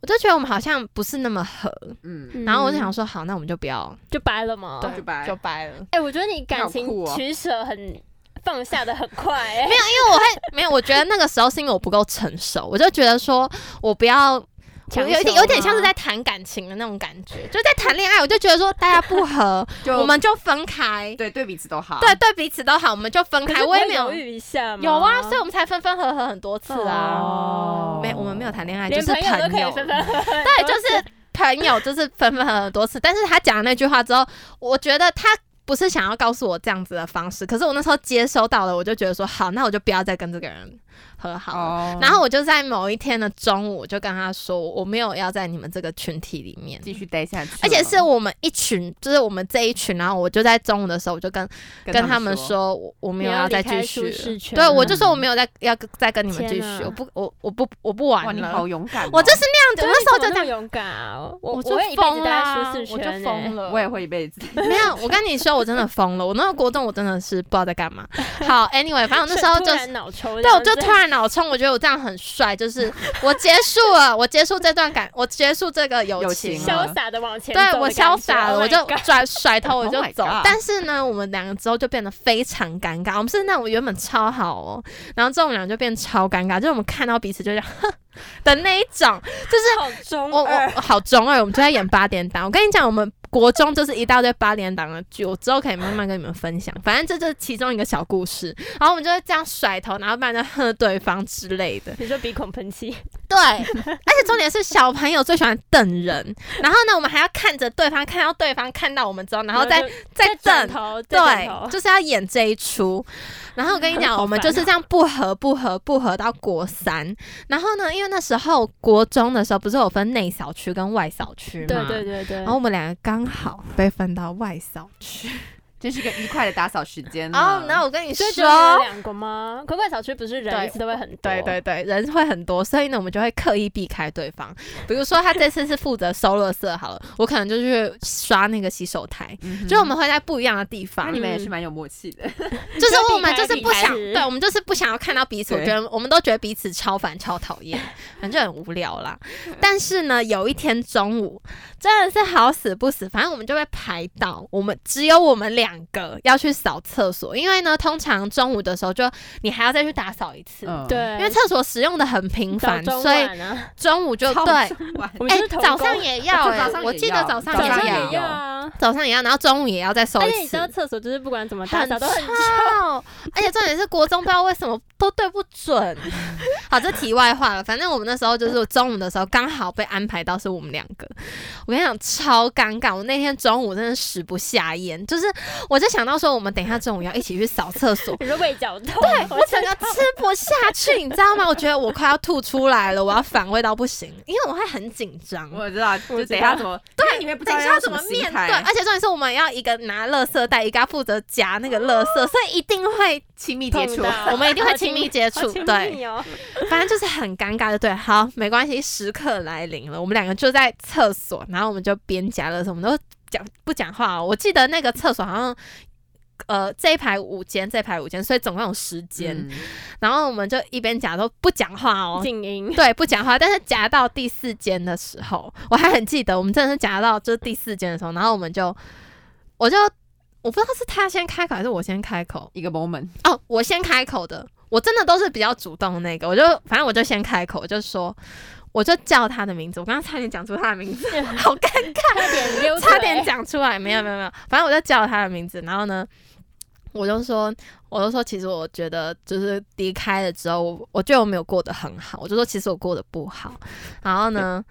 我就觉得我们好像不是那么合。
*laughs* 嗯，
嗯
然后我就想说，好，那我们就不要，
就掰了嘛。
*laughs* 对
就掰
就掰了。
哎、我觉得你感情
你好酷哦
取舍很、放下的很快、哎，
没有，因为我会没有，我觉得那个时候是因为我不够成熟，我就觉得说我不要。
强
有一点
求
有点像是
吗
在谈感情的那种感觉，就在谈恋爱。我就觉得说大家不
*laughs*
合，
就
我们就分开，
对对彼此都好。
对对彼此都好，我们就分
可
开。
是
我也
不会
没有
犹豫一下吗？
有啊，所以我们才分分合合很多次啊。
哦
没，我们没有谈恋爱，就
连
是
朋
朋
友都可以分分合合，
对，就是朋友，就是分分合合很多次。但是他讲了那句话之后，我觉得他不是想要告诉我这样子的方式，可是我那时候接收到了，我就觉得说好，那我就不要再跟这个人和好了。
哦
然后我就在某一天的中午，我就跟他说，我没有要在你们这个群体里面。
继续待下去了，
而
哦
且是我们一群，就是我们这一群，然后我就在中午的时候，我就跟跟他们
说，
说，我我没
没
有
有
要再
离开
继
舒
续了，
适圈
对
了
我就说我没有再要再跟你们继
天
续，
哪
我不我我不我不
哇，
玩
你
了，啊
好勇敢哦，
*laughs* 我就是那样子，
对
我那时候
你怎么
就这
那
样
么勇敢啊！我
我
我
就
会一辈
疯
子待在
啦
舒适
我
圈、
就
欸，
疯了，*laughs*
我也会一辈子。
没有，我跟你说，我真的疯了。我那个国中，我真的是不知道在干嘛。好，anyway，反正我 *laughs* 那时候
突
就
然
是，
脑抽这
对，我
样子，
就
*laughs*
突然脑冲，我觉得我这样很帅，就是我结束了，我结束这段感，我结束这个友
友
情
情
了
潇洒的往前走的感
对
觉，
我潇洒了，
Oh
我
my
就
God
*laughs* 甩甩头我就
Oh my
走
God。
但是呢，我们两个之后就变得非常尴尬。我们是那种原本超好哦，然后之后我们俩就变超尴尬，就是我们看到彼此就这样的那一种，就是
好中
我
二 *laughs*
我好中二，我们就在演八点档。我跟你讲，我们国中就是一大堆八点档的剧，我之后可以慢慢跟你们分享。反正这就是其中一个小故事。然后我们就会这样甩头，然后不然就喝对方之类的。
你说鼻孔喷气，
*laughs* 对，而且重点是小朋友最喜欢瞪人。然后呢，我们还要看着对方，看到对方看到我们之后，然后再
就
再
转
瞪。
头，再转头
对，就是要演这一出。然后我跟你
*laughs* 好
讲，
烦哦
我们就是这样不合、不合、不合到国三。然后呢，因为那时候国中的时候，不是有分内扫区跟外扫区吗？
对对。对对，
然后我们两个刚好被分到外扫区。
真是个愉快的打扫时间呢。
嗯
哦，然后我跟你
所以只有
说，
两个吗？可怪小区不是人
对
一次都会很多，
对对对，人会很多，所以呢，我们就会刻意避开对方。比如说，他这次是负责收垃圾好了，我可能就去刷那个洗手台。
嗯哼
就嗯我们会在不一样的地
那
方
你，们也是蛮有默契的，
就是我们就是不想，
就避开彼此
对我们就是不想要看到彼此。我
对
觉得我们都觉得彼此超烦、超讨厌，反正很无聊啦。但是呢，有一天中午真的是好死不死，反正我们就被排到，我们只有我们两个要去扫厕所，因为呢，通常中午的时候就你还要再去打扫一次。
嗯，
对，
因为厕所使用的很频
早
繁，
中
所以
晚啊，
中午就
*laughs* 超
对，
中晚
我们
哎、
就是同
早
工啊
上也要、
哦
哎
早上也
我记得
要
早上
早
早
上
上
也
也
也
要，
要
要啊。
早上也要，然后中午也要再收
而
一
且你知
次
道。厕所就是不管怎么打
很
扫都很
臭，而且重点是国中不知道为什么都对不准。 *laughs* 好，这题外话了，反正我们那时候就是中午的时候刚好被安排到是我们两个，我跟你讲超尴尬，我那天中午真的食不下咽，就是我就想到说我们等一下中午要一起去扫厕所。
你说胃绞痛，对
我整个吃不下去，你知道吗？我觉得我快要吐出来了，我要反胃到不行，因为我会很紧张。
我知道，就
我知
等一下
道
怎么，对，你们不知
等
道
一
要
下
用
怎
什
么
心
面对？
态
而且重点是我们要一个拿垃圾袋，一个要负责夹那个垃圾，所以一定会
亲密接
碰
触，
到
我们一定会亲密接触
好亲
对
密哦
反正就是很尴尬，就对了。好，没关系，时刻来临了。我们两个就在厕所，然后我们就边夹了什么都讲不讲话、哦。我记得那个厕所好像，呃，这一排五间，这一排五间，所以总共有十间。
嗯
然后我们就一边夹都不讲话哦。
静音，
*laughs* 对，不讲话，但是夹到第四间的时候，我还很记得，我们真的是夹到就是第四间的时候，然后我们就，我就我不知道是他先开口还是我先开口，
一个 moment，
哦，我先开口的，我真的都是比较主动的那个，我就反正我就先开口，我就说，我就叫他的名字，我刚刚差点讲出他的名字，好尴
差点溜，
尬，差点，讲出来，
*laughs*
没有没有没有，反正我就叫了他的名字，然后呢，我就说，我就说，其实我觉得就是离开了之后，我我觉得我没有过得很好，我就说其实我过得不好，然后呢，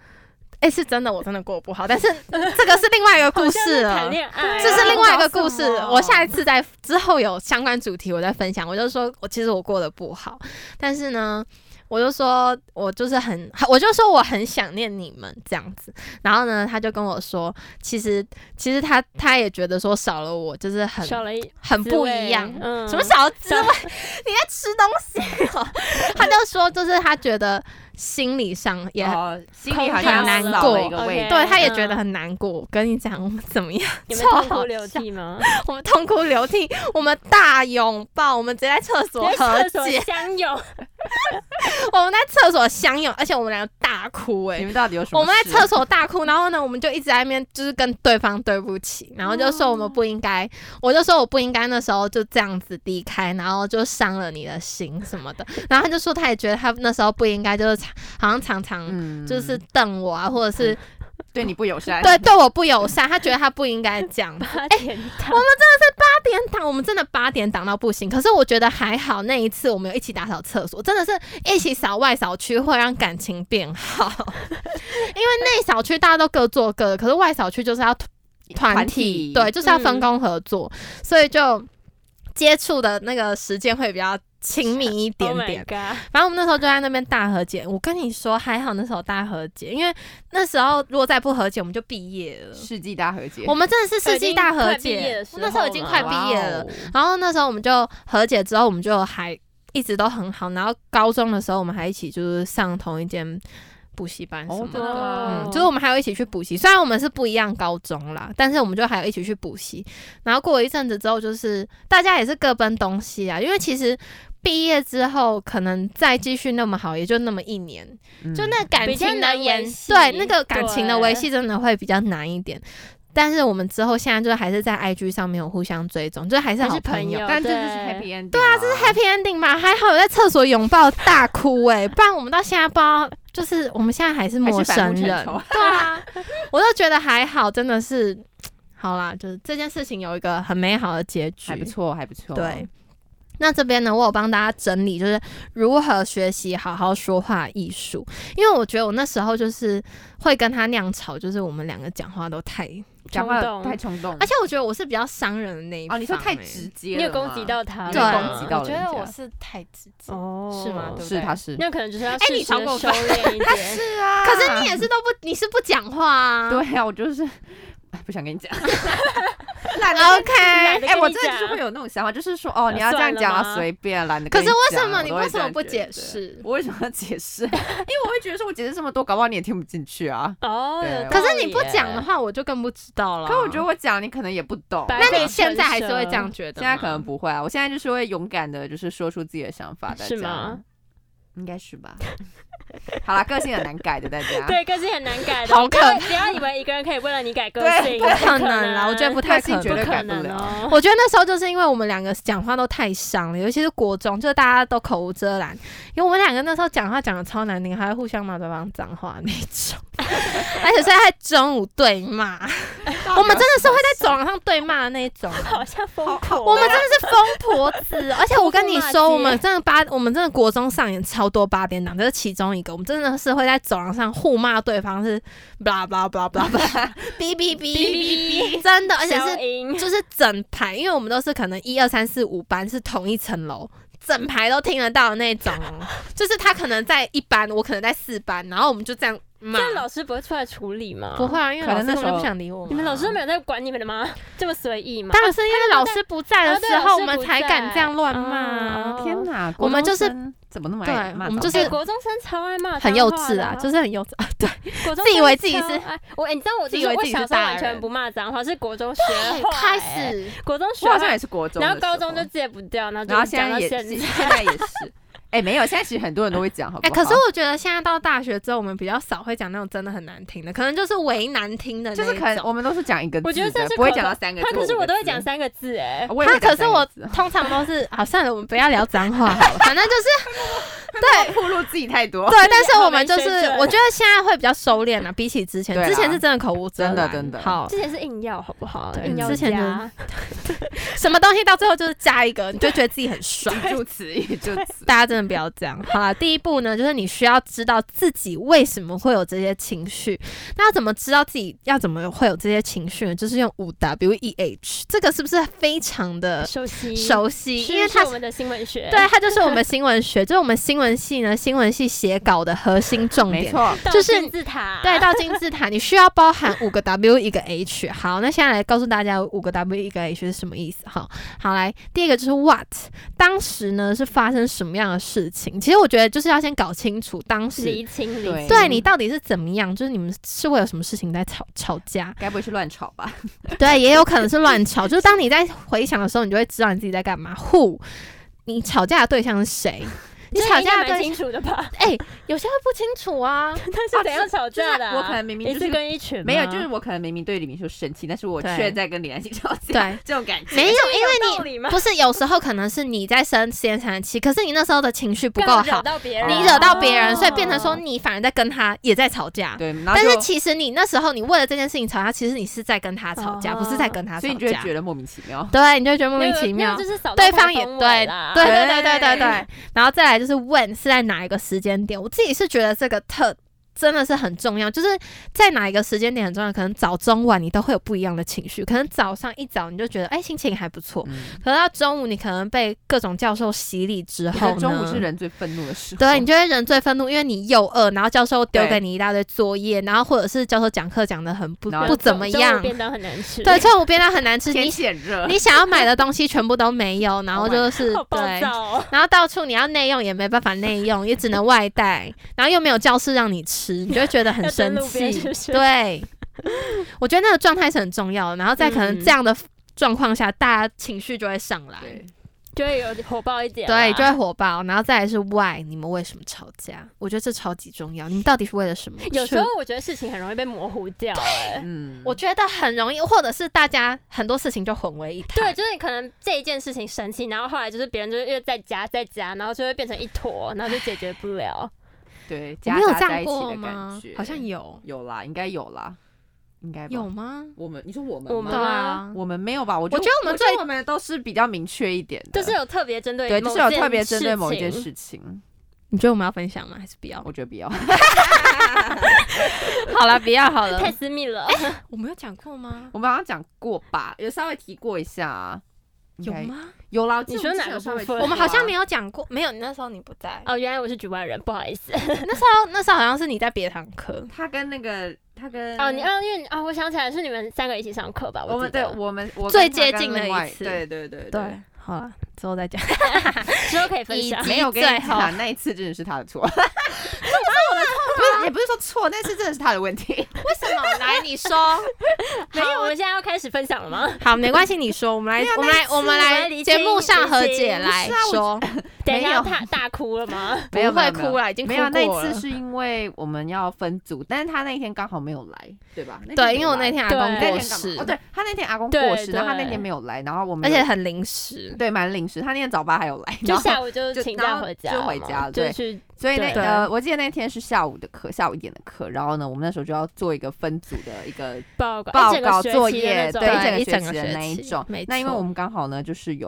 哎、是真的，我真的过得不好，但是这个是另外一个故
*laughs* 好像
事
是
了，
谈恋爱啊，
这是另外一个故事
搞
哦
什，么
我下一次再之后有相关主题我再分享。我就说我其实我过得不好，但是呢，我就说我就是很，我就说我很想念你们这样子。然后呢，他就跟我说，其实其实他他也觉得说少了我就是很
少了一
很
滋
不
味
一样。
嗯，
什么少 *laughs* 滋味？你在吃东西 *laughs* 哦、他就说，就是他觉得心理上也很
哦，心里好
空
像
间难
少了
过
一个
OK
位置，
对，他
嗯
也觉得很难过。我跟你讲，我们怎么样？
你们痛哭
好
流
笑
涕吗？
*laughs* 我们 *laughs* 痛哭流涕，我们大拥抱，我们直接在厕所
在
和
厕所啊
解。
相拥，
我们在厕所相拥，而且我们两个大哭哎、
你们到底有什么
我
事？
们在厕所大哭，然后呢，我们就一直在那边就是跟对方对不起，然后就说我们不应该，我就说我不应该那时候就这样子离开，然后就伤了你的心什么的。然后他就说他也觉得他那时候不应该，就是常好像常常
嗯
就是瞪我啊，或者是
对你不友善，
对对我不友善，他觉得他不应该这样。
八点档，
八点档我们真的八点档到不行，可是我觉得还好那一次我们有一起打扫厕所，真的是一起扫外扫区会让感情变好， *laughs* 因为内扫区大家都各做各的，可是外扫区就是要团体，对，就是要分工合作，所以就接触的那个时间会比较亲密一点
Oh
点
my。god！
反正我们那时候就在那边大和解。我跟你说，还好那时候大和解，因为那时候如果再不和解，我们就毕业了。
世纪大和解，
我们真的是世纪大和
已经快毕业
解
的，时候
那时候已经快毕业了
哇。哦，
然后那时候我们就和解之后，我们就还一直都很好。然后高中的时候，我们还一起就是上同一间补习班什么的。
哦真的吗
哦
嗯，就是我们还有一起去补习，虽然我们是不一样高中啦，但是我们就还有一起去补习。然后过了一阵子之后，就是大家也是各奔东西啊，因为其实毕业之后可能再继续那么好，也就那么一年，
嗯
就那感
比较
情的
难维
延
系
对那个感情的维
对
系真的会比较难一点。但是我们之后现在就是还是在 IG 上面有互相追踪，就是还是
还
好
是朋
友
友。
但这就是
对
happy ending，对啊，这是
happy ending 嘛，还好有在厕所拥抱大哭哎、不然我们到现在不知道，就是我们现在还是陌生
还
人
是反目成，
对啊，我都觉得还好，真的是，好啦，就是这件事情有一个很美好的结局，
还不错，还不错，
对，。啊那这边呢，我有帮大家整理，就是如何学习好好说话艺术。因为我觉得我那时候就是会跟他那样吵，就是我们两个讲话都太，
讲话
冲动
太冲动，
而且我觉得我是比较伤人的那一方、
哦，你说
欸
太直接了
你
吗，
有攻击到他吗，
有
对，啊
攻击到
我觉
人
得
家
我是太直接。
哦，
是吗对不
是他是，
那可能就是要
哎
适
你
时
超
的
过
收
分
敛一点。
是啊
可是你也是都不，你是不讲话啊？
*laughs* 对啊，我就是。哎不想跟你
*laughs*
讲，
懒得，OK。
懒得
哎，
跟
我
你
真的就是
讲
会有那种想法，就是说，哦，
那
你要这
算
样
了
讲啊，
吗
随便，懒得
可
跟
是
讲。
为什么
我
你
都会
为什
这
么
样
不
觉
解
得？
释？
我为什么要解释？因 *laughs* 为我会觉得说，我解释这么多，搞不好你也听不进去啊。
哦，有
对
可
道
是你不
理耶
讲的，话，我就更不知道了。
可我觉得我讲，你可能也不懂。
哦白
那
白
你现在还是
成
会
熟
这样觉得
现
吗？
在可能不会啊，我现在就是会勇敢的，就是说出自己的想法。大
是
家
吗？
应该是吧。 *laughs* 好啦，个性很难改的，大家。
对个性很难改的，
*laughs* 好
不
可
要不要以为一个人可以为了你改个
对
性，
不可能
能
啦，我觉得不
不
太
个性
可能
绝。对改
可
不
能
了
哦。
*laughs* 我觉得那时候就是因为我们两个讲话都太伤了，尤其是国中，就是大家都口无遮拦，因为我们两个那时候讲话讲的超难听，还会互相骂对方脏话那 *laughs* 种，而且是在中午对骂，我们真的是会在走廊上对骂的那种。
好像疯狂，
我们真的是疯婆 *laughs* 子，而且我跟你
疯
说，
马
我们真的八，我们真的国中上演超多八点档，这是其中一个。我们真的是会在走廊上互骂对方是 blah blah blah blah blah，哔哔哔，
哔哔哔，
真的，而且
消
是 *laughs*
音
就是整排，因为我们都是可能一二三四五班是同一层楼，整排都听得到的那种哦。就是他可能在一班，我可能在四班，然后我们就这样骂
这。样老师不会出来处理吗？
不会，啊，因为
可
老
能
师根
那
本
时
就
候
不想理我们啊。
你们老师都没有在管你们的吗？这么随意吗？
当然是因为老师不在
啊
的
对
时
老
候，
师
我们
不
才敢
在
这样乱
嗯
骂。
嗯
哦天哪，
我们
国中
就是
生怎么那么
对
爱骂
我们
脏
就是
哎
话
国中生超爱骂，
很幼稚啊，就是是很幼稚啊，对，
国中
自以
生
为自己
超
是
爱我，哎你知道我
自
就
以
是
为
我
自己
小
是
时候
大
完
人
全不骂脏话，是国中学坏
哎
欸
开始
国中学
我好像
坏
也，是国中的时候，
然后高中就戒不掉，然后
然后
就
现
讲
在
到
也
现在。
现在也是，哎，没有，现在其实很多人都会讲，好不
哎、
好？
可是
*laughs*
我觉得现在到大学之后，我们比较少会讲那种真的很难听的，可能就是为难听的那一
就
种。
是可能我们都是讲一个字的，
我觉得这是
不会
可
讲到三个字
他
或五个
可
字。
是我都会讲三个
*laughs*
字哎，
我也
他
会讲
可
三
是
个
我
字，
通常都是，好算了，我们不要聊脏话好了，反正就是
我暴露自己太多，
对，但是我们就
好没
是
水准
我觉得现在会比较收敛啊了，比起之前
对，啦
之前是真的口无遮拦，
真的真的
好，
之前是硬要好不好？
对
硬要
之前就
加
什么东西到最后就是加一个，你就觉得自己很爽。
一
*laughs*
助词一助
*laughs*
词。
大家真的不要这样。好啦，第一步呢，就是你需要知道自己为什么会有这些情绪。那要怎么知道自己要怎么会有这些情绪呢？就是用五 W E H，这个是不是非常的
熟悉
呃熟悉？
是
因为
是
它
我们的新闻学，
对，啊它就是我们新闻学，就是我们新闻系呢，新闻系写稿的核心重
*laughs* 没
点。
错，
到
就是
金字塔，
*laughs* 对，到金字塔，你需要包含五个 W 一个 H。好，那现在来告诉大家五个 W 一个 H 是什么意思。好，好来，第一个就是 What，当时呢是发生什么样的事情？其实我觉得就是要先搞清楚当时
厘清厘
对
清，
对你到底是怎么样，就是你们是为了什么事情在吵吵架？
该不会是乱吵
*laughs*
吧？
对，也有可能是乱吵，就是当你在回想的时候，你就会知道你自己在干嘛。Who，你吵架的对象是谁？哎
你
这
吵
应该
架的
蛮
对
清楚的吧？ *laughs*
有些会不清楚啊，
但是怎样吵架的啊、
我可能明明
一
就
次
是
跟一群吗
没有，就是我可能明明对李明秀生气，但是我
对
却在跟李兰心吵架，
对。
这种感觉
没有，因为
道理吗？
不是有时候可能是你在生先生气，可是你那时候的情绪不
不
够好，
到别人，啊
你惹到别人，
哦
所以变成说你反而在跟他也在吵架。
对，然后
但是
就
其实你那时候你为了这件事情吵架，其实你是在跟他吵架，
哦
不是在跟他吵
所以你就会
架
觉。得莫名其妙。
对，你就觉得莫
那个
名其
那
妙
个。就是扫到
对
他
方也
风
对
尾啦
对对对
对
对对对，然后再来就是问是在哪一个时间点，我自己是觉得这个特真的是很重要，就是在哪一个时间点很重要，可能早中晚你都会有不一样的情绪，可能早上一早你就觉得哎心情还不错，
嗯，
可是到中午你可能被各种教授洗礼之
我
后
觉
呢，
得中午是人最愤怒的时候。
对你就会人最愤怒，因为你又饿，然后教授丢
对
给你一大堆作业，然后或者是教授讲课讲的很不
然后
不怎么样，
变得很难吃。
对，中午便当很难吃，
天
你
气很热，
你想要买的东西全部都没有，然后
*laughs* Oh my
就是、
好暴
对。
躁哦。
然后到处你要内用也没办法内用，也只能外带，然后又没有教室让你吃，你就会觉得很
要
生
*laughs*
蹲路边是
气
不。是
对，我觉得那个状态是很重要的。然后在可能
嗯
这样的状况下，大家情绪就会上来，
对
就会有火爆一点啦，
对，就会火爆。然后再来是 why，你们为什么吵架？我觉得这超级重要。你们到底是为了什么？ *laughs*
有
是
时候我觉得事情很容易被模糊掉、哎，
嗯，
我觉得很容易，或者是大家很多事情就混为一谈。
对，就是你可能这一件事情生气，然后后来就是别人就是又在夹在夹，然后就会变成一坨，然后就解决不了。
对，
你
夹
们有
杂
这
在
样
一起
过
的感
吗
觉？
好像有，
有啦，应该有啦，应该吧
有。吗？
我们，你说我们
我
吗
们
对啊，
我们没有吧？我觉
我觉得我们
觉得
最
我们都是比较明确一点的，
就是有特别针对
对，
某
就
件
是有特别针对某一件
情。
事情，
你觉得我们要分享吗？还是不要？
我觉得比
*laughs*
较
好了，不要好了。
太私密了，
*laughs*
哎
我没有讲过吗？
*laughs* 我们好像讲过吧，有稍微提过一下啊，
有
应该？
吗？
有啦，
你说哪个部分
我们好像没
有。
有讲过，没有。那时候你不在，
哦，原来我是局外人，不好意思。
那时候那时候好像是你在别堂课。
他跟那个，他跟
哦，你哦，因为你哦，我想起来是你们三个一起上课吧？
我们
记
对
得
我们我跟
最
他
接
跟
近的
另
一
外
次
对对对
对，，好了，之后再讲。
之后可以分
以
享
及。
没有我跟
最
你
后
讲，那一次真的是他
*laughs*
的错，这不是我的错，不是也不是说错，那次真的是他的问题。
为什么？来，你说。
没
啊
有，我们现在要开始分享了吗？
好，没关系，你说。我们来
没有，
我们来，我们
那一次
我们来
来
理
节
清
目上和
理
解
清
来
*laughs* 不是啊
哎
我
说，
等一
没
下
有
大大哭了吗？
*laughs*
不
没有没
会
有没有
哭了，已经哭
没有，啊那
过
一次
了。
是因为我们要分组，但是他那一天刚好没有来，对吧？那天
对，
没
因为我
来
那天阿
对
公
那天
过
干嘛
世
哦，，对他那天阿公
对
过世，然后他那
对
天没有来，然后我们
而
有
且很临时。
对蛮临时，他那天早八还有来，
就
然后
下午就
就
请
然
假
后
回家
就
了
回
嘛
家了
就
对
去
所以那
对
呃，我记得那天是下午的课，下午一点的课，然后呢，我们那时候就要做一个分组的一个
报告哎
报
一整
告
个
作
学期的
业，
那种
对
对
一整
个
个
学
学
的那一
期
种
没。
那因为
错
我们刚好呢，就是有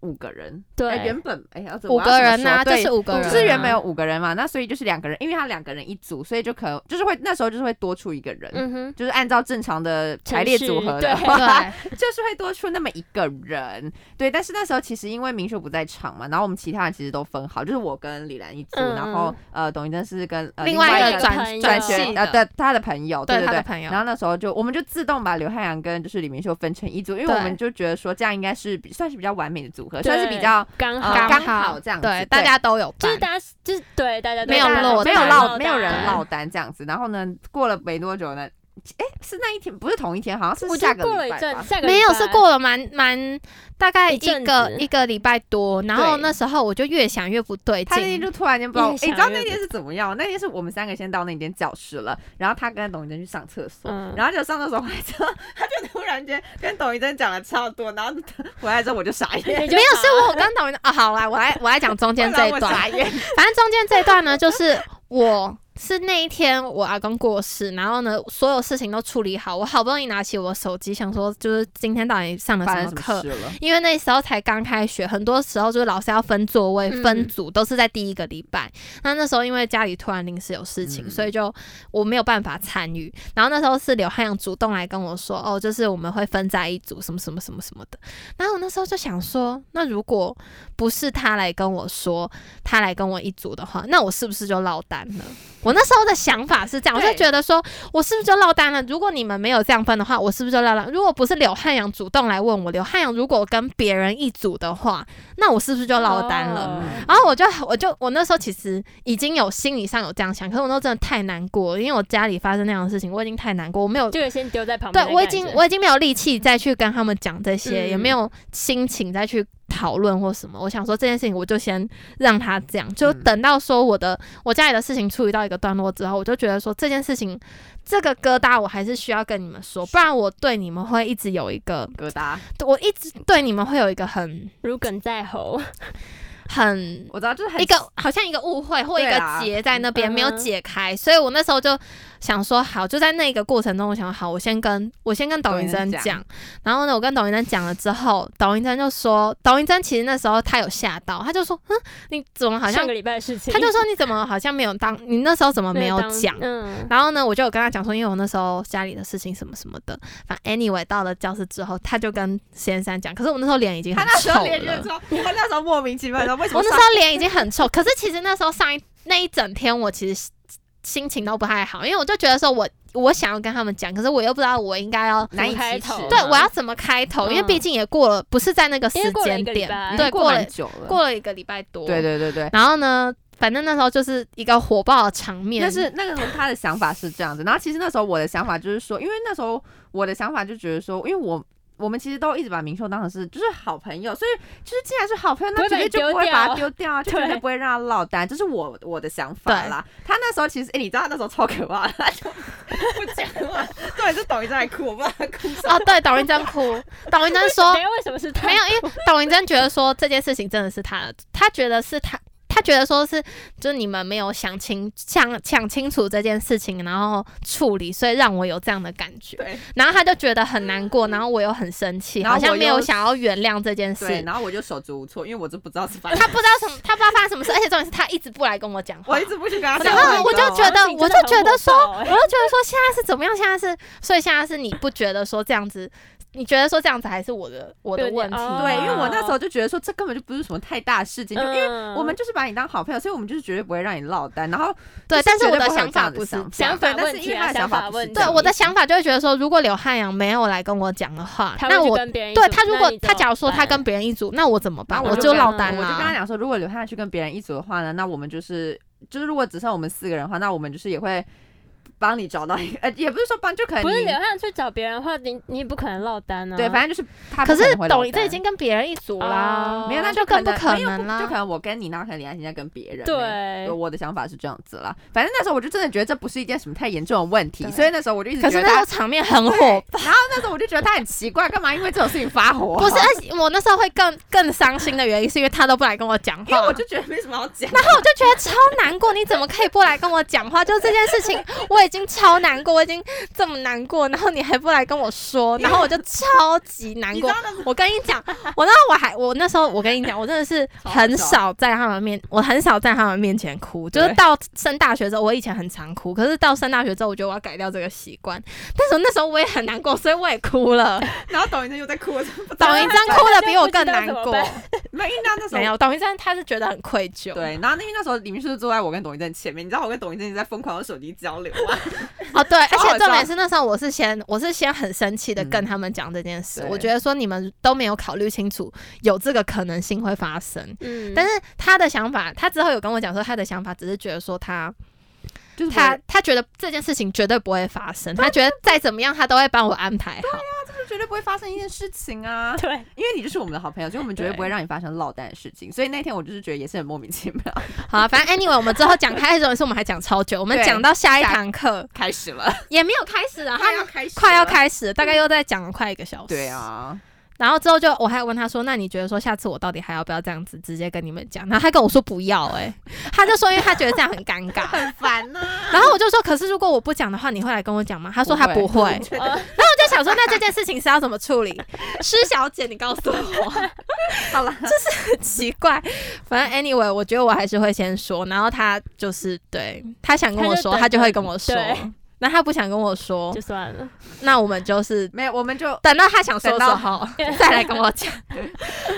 五个人，
对
哎原本哎呀，
五个人
呐
呐，，就
对
是五个人啊，
就是原本有五个人嘛，那所以就是两个人，因为他两个人一组，所以就可能就是会那时候就是会多出一个人，
嗯哼，
就是按照正常的排列组合的
程序
对 *laughs*
话，就是会多出那么一个人，对。但是那时候其实因为明秀不在场嘛，然后我们其他人其实都分好，就是我跟李兰一组，
嗯
然后呃，董一真是跟、呃、
另
外
外一
一
个
个朋
转
友
转
转
系
学呃
的，
的他的朋友，
对
对
他的
对。
朋友
然。后那时候就，我们就自动把刘汉阳跟就是李明秀分成一组，因为我
对
们就觉得说这样应该是比算是比较完美的组合，
对
算是比较
刚
呃
好
刚好这样子
嗯对，
对
大家都有
就是
办，
大家就是对大家都
没有
大家
落
都
没
单
有落
单
没有人落单这样子。然后呢，过了没多久呢，哎，是那一天不是同一天，好像
我
是
觉
下
得
个
过了
礼
一
拜
阵，
吧。
下个礼
没有
拜
是过了蛮蛮大概
一
一
阵
个
子
一个礼拜多，然后
对
那时候我就越想越不对
他那天
劲，
就突然间不知道，
越
诶
想
你知道
越
那天是怎么样吗？那天是我们三个先到那间教室了，然后他跟董一珍去上厕所，
嗯
然后就上厕所回来之后，他就突然间跟董一珍讲了超多，然后回来之后我就傻眼，
你就
没有
好
是我跟导演啊，好啦，我来我来讲中间这一
我
段，
傻眼，
反正中间这一段呢，就是我是那一天我阿公过世，然后呢所有事情都处理好，我好不容易拿起我手机，想说就是今天到底上了
发
什
生
么
什
课
么，事了？
因为那时候才刚开学，很多时候就是老师要分座位、
嗯
分组，都是在第一个礼拜。那那时候因为家里突然临时有事情，
嗯
所以就我没有办法参与。然后那时候是刘汉阳主动来跟我说，哦，就是我们会分在一组，什么什么什么什么的。然后我那时候就想说，那如果不是他来跟我说，他来跟我一组的话，那我是不是就落单了？我那时候的想法是这样，我就
对
觉得说，我是不是就落单了？如果你们没有这样分的话，我是不是就落单？如果不是柳汉阳主动来问我，柳汉阳如果跟别人一组的话，那我是不是就落单了？
哦
嗯
然后我就我就我那时候其实已经有心理上有这样想，可是我那时候真的太难过了，因为我家里发生那样的事情，我已经太难过，我没有
就有先丢在旁边
对
的感觉。
我已经我已经没有力气再去跟他们讲这些，
嗯
也没有心情再去讨论或什么。我想说这件事情，我就先让他这样，就
嗯
等到说我的我家里的事情处理到一个段落之后，我就觉得说这件事情这个疙瘩我还是需要跟你们说，不然我对你们会一直有一个，
疙瘩，
我一直对你们会有一个很
如鲠在喉，
很
我知道，就是很
嗯一个好像一个误会或一
对
个
啊
结在那边
嗯
没有解开，所以我那时候就想说，好，就在那个过程中，我想说好，我先跟我先跟
抖
董
音
云珍
讲
讲，然后呢，我跟董云珍讲了之后，董云珍就说，董云珍其实那时候她有吓到，她就说，嗯，你怎么好像
上个，礼拜的事情，
她就说你怎么好像没有当，你那时候怎么没有
当
讲？
嗯，
然后呢，我就有跟他讲说，因为我那时候家里的事情什么什么的，反正 anyway 到了教室之后，他就跟先生讲，可是我那时候脸已经
他
很
那时
臭
候脸就
了
是，说，他那时候莫名其妙说为什
*laughs*
么
我那时
上
候脸已经很臭，可是其实那时候上一那一整天，我其实心情都不太好，因为我就觉得说我我想要跟他们讲，可是我又不知道我应该要
难以
开
启齿
头，
对我要怎么开头，因为
嗯
毕竟也过了，不是在那个时
因为过了
间
一个礼
点
拜，
对，
过
过
蛮
了
久了，
过了一个礼拜多，
对。对对对。
然后呢，反正那时候就是一个火爆的场面，
但是那个时候他的想法是这样子，然后其实那时候我的想法就是说，因为那时候我的想法就觉得说，因为我我们其实都一直把明秀当成是就是好朋友，所以就是既然是好朋友，
不
那
会
绝对
把你
就不会
丢
把
掉
他丢掉啊，就绝对
对
不会让他落单，这是我我的想法啦。他那时候其实，哎、你知道他那时候超可怕的，他就不讲话，重点是董一正在哭，我不知道他哭什么。
哦，对，董云珍哭，董
*laughs*
云珍说
等一哎下为什么是他？
没有，因为董云珍觉得说这件事情真的是他的，他觉得是他，他觉得说是就是你们没有想清想想清楚这件事情，然后处理，所以让我有这样的感觉。
对
然后他就觉得很难过，然后我又很生气，
然后
好
我
像没有
又
想要原谅这件
对， *laughs*
事。
然后我就手足无措，因为我就不知道是发生。
他不知道什么，他不知道发生什么事，而且重点是他一直不来跟我讲话。
我一直不去跟他讲
然
话，
后我就
你知道吗
觉得，
你
我
真
就
的
觉
很
得
火
说，
爆
我就觉
欸
得说，现在是怎么样？现在是，所以现在是你不觉得说这样子，你觉得说这样子还是我的我的
有点
问题吗？
哦
对，因为我那时候就觉得说，这根本就不是什么太大的事情，就因为。
嗯
为
我们就是把你当好朋友，所以我们就是绝对不会让你落单。然后
对，但是我
绝对
的
不会有
想
这
法
样的
不是
想
这样
法。
法
但
问
是
题
因为
啊，
他的想
想
法不是
问
这
题，
对
样
我的想法就会觉得说，如果柳汉阳没有来跟我讲的话，
他会
那
去
我
跟别人一
对
组
他如
那
果
你怎
他
么
假如说他
办
跟别人一组，那我怎么办？
然后
我
就
跟
落
他
单啊
我就
啦、
跟他讲说，如果刘汉去跟别人一组的话呢，那我们就是就是如果只剩我们四个人的话，那我们就是也会帮你找到一个，呃， *laughs* 也不是说帮，就可能
不是
你
流汗去找别人的话，你你也不可能落单啊。
对，反正就是他不
可是
能会落
董一这已
单
经跟别人一组啦
哦，
没有，那
就
可
更不
能
可
没有
能啊
就可
啦。
能我跟你，那可能李安现在跟别人那样。
对
对，我的想法是这样子啦，反正那时候我就真的觉得这不是一件什么太严重的问题，
对
所以那时候我就一直
可
觉
是那
得
时
他
候，场面很火，
*laughs* 然后那时候我就觉得他很奇怪，干嘛因为这种事情发火、啊
不是？而且我那时候会更更伤心的原因，是因为他都不来跟我讲
*laughs* 因
话，
为我就觉得没什么好讲。
然后我就觉得超难过，你怎么可以不来跟我讲话？就这件事情，我已经超难过，我已经这么难过，然后你还不来跟我说，然后我就超级难
你知
过
道那。
我跟你讲，我那我还我那时候我跟你讲，我真的是很少在他们面，我很少在他们面前哭，就是
对
到升大学之后，我以前很常哭，可是到升大学之后，我觉得我要改掉这个习惯。但是我那时候我也很难过，所以我也哭了。
*laughs* 然后董一真又在哭，我真的不知道
*laughs* 董一真哭的比我更
不知道
难
怎么
过，
办
没有，因为那那时
没
候。
有， *laughs* 董一真他是觉得很愧疚。
对，然后那因为那时候李明是坐在我跟董一正前面，你知道我跟董一正一直在疯狂的手机交流啊吗？
*laughs* 哦，对，而
超好
且重
笑
点是那时候我是先我是先很生气的跟
嗯
他们讲这件事，
对
我觉得说你们都没有考虑清楚有这个可能性会发生。
嗯，
但是他的想法，他之后有跟我讲说，他的想法只是觉得说他
*laughs* 就是
他
我
他觉得这件事情绝对不会发生，他觉得再怎么样他都会帮我安排好。
就是啊绝对啊不会发生一件事情啊，
对，
*laughs* 因为你就是我们的好朋友，所以我们绝对
对
不会让你发生落单的事情。所以那天我就是觉得也是很莫名其妙，
好、啊，反正 anyway，我们之后讲开这种事，我们还讲超久，我们
对
讲到下一堂课
*laughs* 开始了，
也没有开始啊，他们
开始
快要，开始了，大概又在讲了快一个小时。
对啊，
然后之后就我还有问他说，那你觉得说下次我到底还要不要这样子直接跟你们讲？然后他跟我说不要、欸，他就说因为他觉得这样很尴尬。
*laughs* 很烦呐、
然后我就说，可是如果我不讲的话，你会来跟我讲吗？他说他不
不
会。然后 *laughs*
哦
我就想说，那这件事情是要怎么处理？施小姐，你告诉我，
好了，
很奇怪。反正 anyway，我觉得我还是会先说，然后他就是对他想跟我说，他
他就等着
就会跟我说
对。
那他不想跟我说
就，算了。
那我们就是
没有，我们就
等到他想说的时
等
候 *laughs* 再来跟我讲，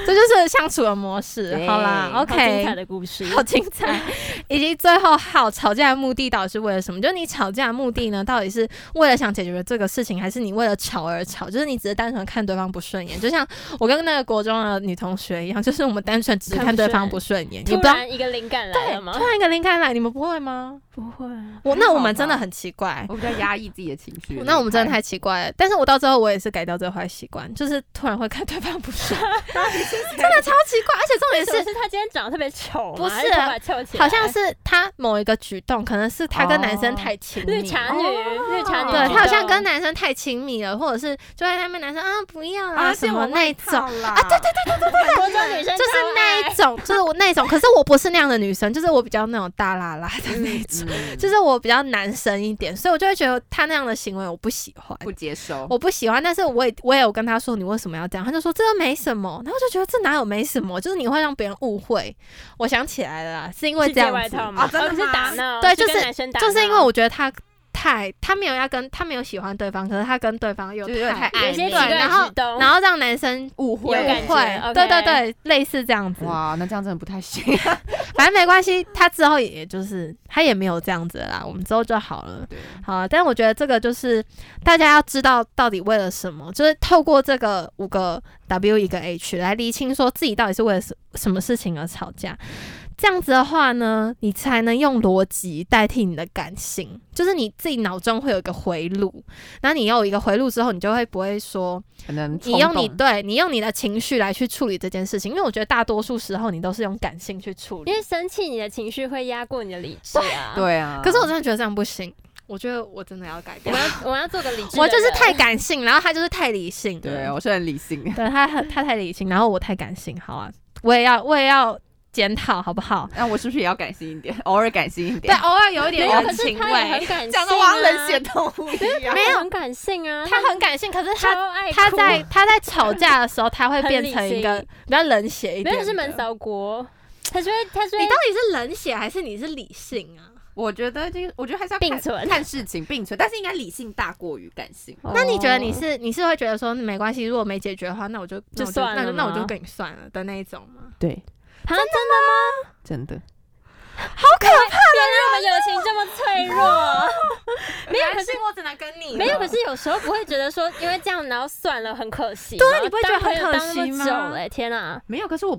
这就是相处的模式。
对
好啦
好精彩
，OK。
的故事，
好精彩！以及最后，好吵架的目的到底是为了什么？就是你吵架的目的呢，到底是为了想解决这个事情，还是你为了吵而吵？就是你只是单纯看对方不顺眼，就像我跟那个国中的女同学一样， *laughs* 就是我们单纯只是看对方不顺眼，你
突
不知道
然一个灵感来
对，
了吗
突？然一个灵感来，你们不会吗？
不会，
我
还
那
好
我们
吧
真的很奇怪，
我比较压抑自己的情 *laughs* 绪。
那我们真的太奇怪了。但是我到最后我也是改掉这个坏习惯，就是突然会看对方不 *laughs* 顺，真的超奇怪。而且重点
是不
是，
是他今天长得特别丑嘛？
不是
还头发翘起来，
好像是他某一个举动，可能是他跟男生
哦
太亲密了，
绿茶女，绿茶女，
哦对
知
他好像
道
跟男生太亲密了，或者是就在他们男生啊不要
啊，
啊什么那种，
啦？啊，对对对，
国中女生
就是那一种，就是我那种。可是我不是那样的女生，就是我比较那种大啦啦的那种，
嗯
就是是我比较男生一点，所以我就会觉得他那样的行为我不喜欢。
不接受。
我不喜欢，但是我也我也有跟他说你为什么要这样，他就说这又没什么，然后就觉得这哪有没什么，就是你会让别人误会。我想起来了啦，是因为
是
这
借
样
外
子，
套嘛，
哦真的
不是
吗
打闹，
对就是
跟男生打闹，
就是因为我觉得他太他没有要跟他没有喜欢对方，可是他跟对方又
就是有点太
有
暧
一些
昧
奇怪
对然
的
后
举动，
然后让男生
误
误
会
有感觉
会，
OK
对对对，类似这样子，
哇，那这样真的不太行。啊
反正没关系，他之后也就是他也没有这样子了啦，我们之后就好了。
*laughs* 对，
好啊，但我觉得这个就是大家要知道到底为了什么，就是透过这个五个 W 一个 H 来厘清说自己到底是为了什什么事情而吵架。这样子的话呢，你才能用逻辑代替你的感性，就是你自己脑中会有一个回路，然后你有一个回路之后，你就会不会说
可能
你用你对你用你的情绪来去处理这件事情，因为我觉得大多数时候你都是用感性去处理
因。为生气，你的情绪会压过你的理智啊。，
对啊，
可是我真的觉得这样不行，我觉得我真的要改
我
变
们。要我们要做个理智的人，
我就是太感性，然后他就是太理性。
对，我是很理性。
对他很他太理性，然后我太感性。好啊，我也要我也要检讨，好不好？
那我是不是也要感性一点？偶尔感性一
对，
啊
点，
偶尔有一
没
点
有，可
人
是
情
他也
味。
很感性、啊，
讲的我好像冷血动物一样。
没有很感性啊，
他很感性，可是他
超爱
他
哭
在他在吵架的时候，他会变成一
很
个
理
比较冷血一
没
点。
有是闷。骚国，他就会他就
你
会
到底是冷血还是你是理性啊？
*laughs* 我觉得就是，我觉得还是要
并
看
存
看事情并存，但是应该理性大过于感性。啊
那你觉得你是你是会觉得说没关系，如果没解决的话，那我就那我
就算
那
了
那我
吗
就跟你算了的那一种吗？
对，
啊真的吗？
真的，
原来我们友情这么
*laughs*
脆弱，
没有，可是我只能跟你啊
没有。可是有时候不会觉得说，因为这样然后算了，很可惜吗。
对啊你不会觉得
当朋友
很可惜吗
当那么久哎，天啊！
没有。可是我，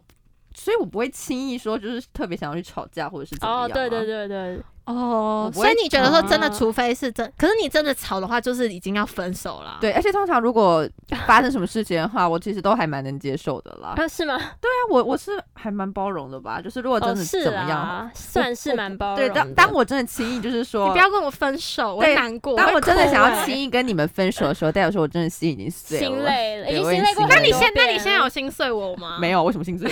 所以我不会轻易说，就是特别想要去吵架或者是怎么样、啊
哦，对对，对对，
啊哦
我，不
所以
会
你觉得说真的，
吵啊
除非是真，可是你真的吵的话，就是已经要分手了。
对，而且通常如果发生什么事情的话，我其实都还蛮能接受的啦。
*laughs* 啊是吗？
但我我是还蛮包容的吧，就是如果
哦
真的
是
怎么样，
啊，算是蛮包容
对，
的。
当当我真的轻易就是说，
你不要跟我分手，我
对
会难过。
当
会
我真的
哭
想
欸
要轻易跟你们分手的时候，代表说我真的心已经碎了。 *laughs*
心累了，
对
已经
我已经
心累
心
过很
那
多
你
遍了。
现那你现在有心碎我吗？
没有，为什么心碎？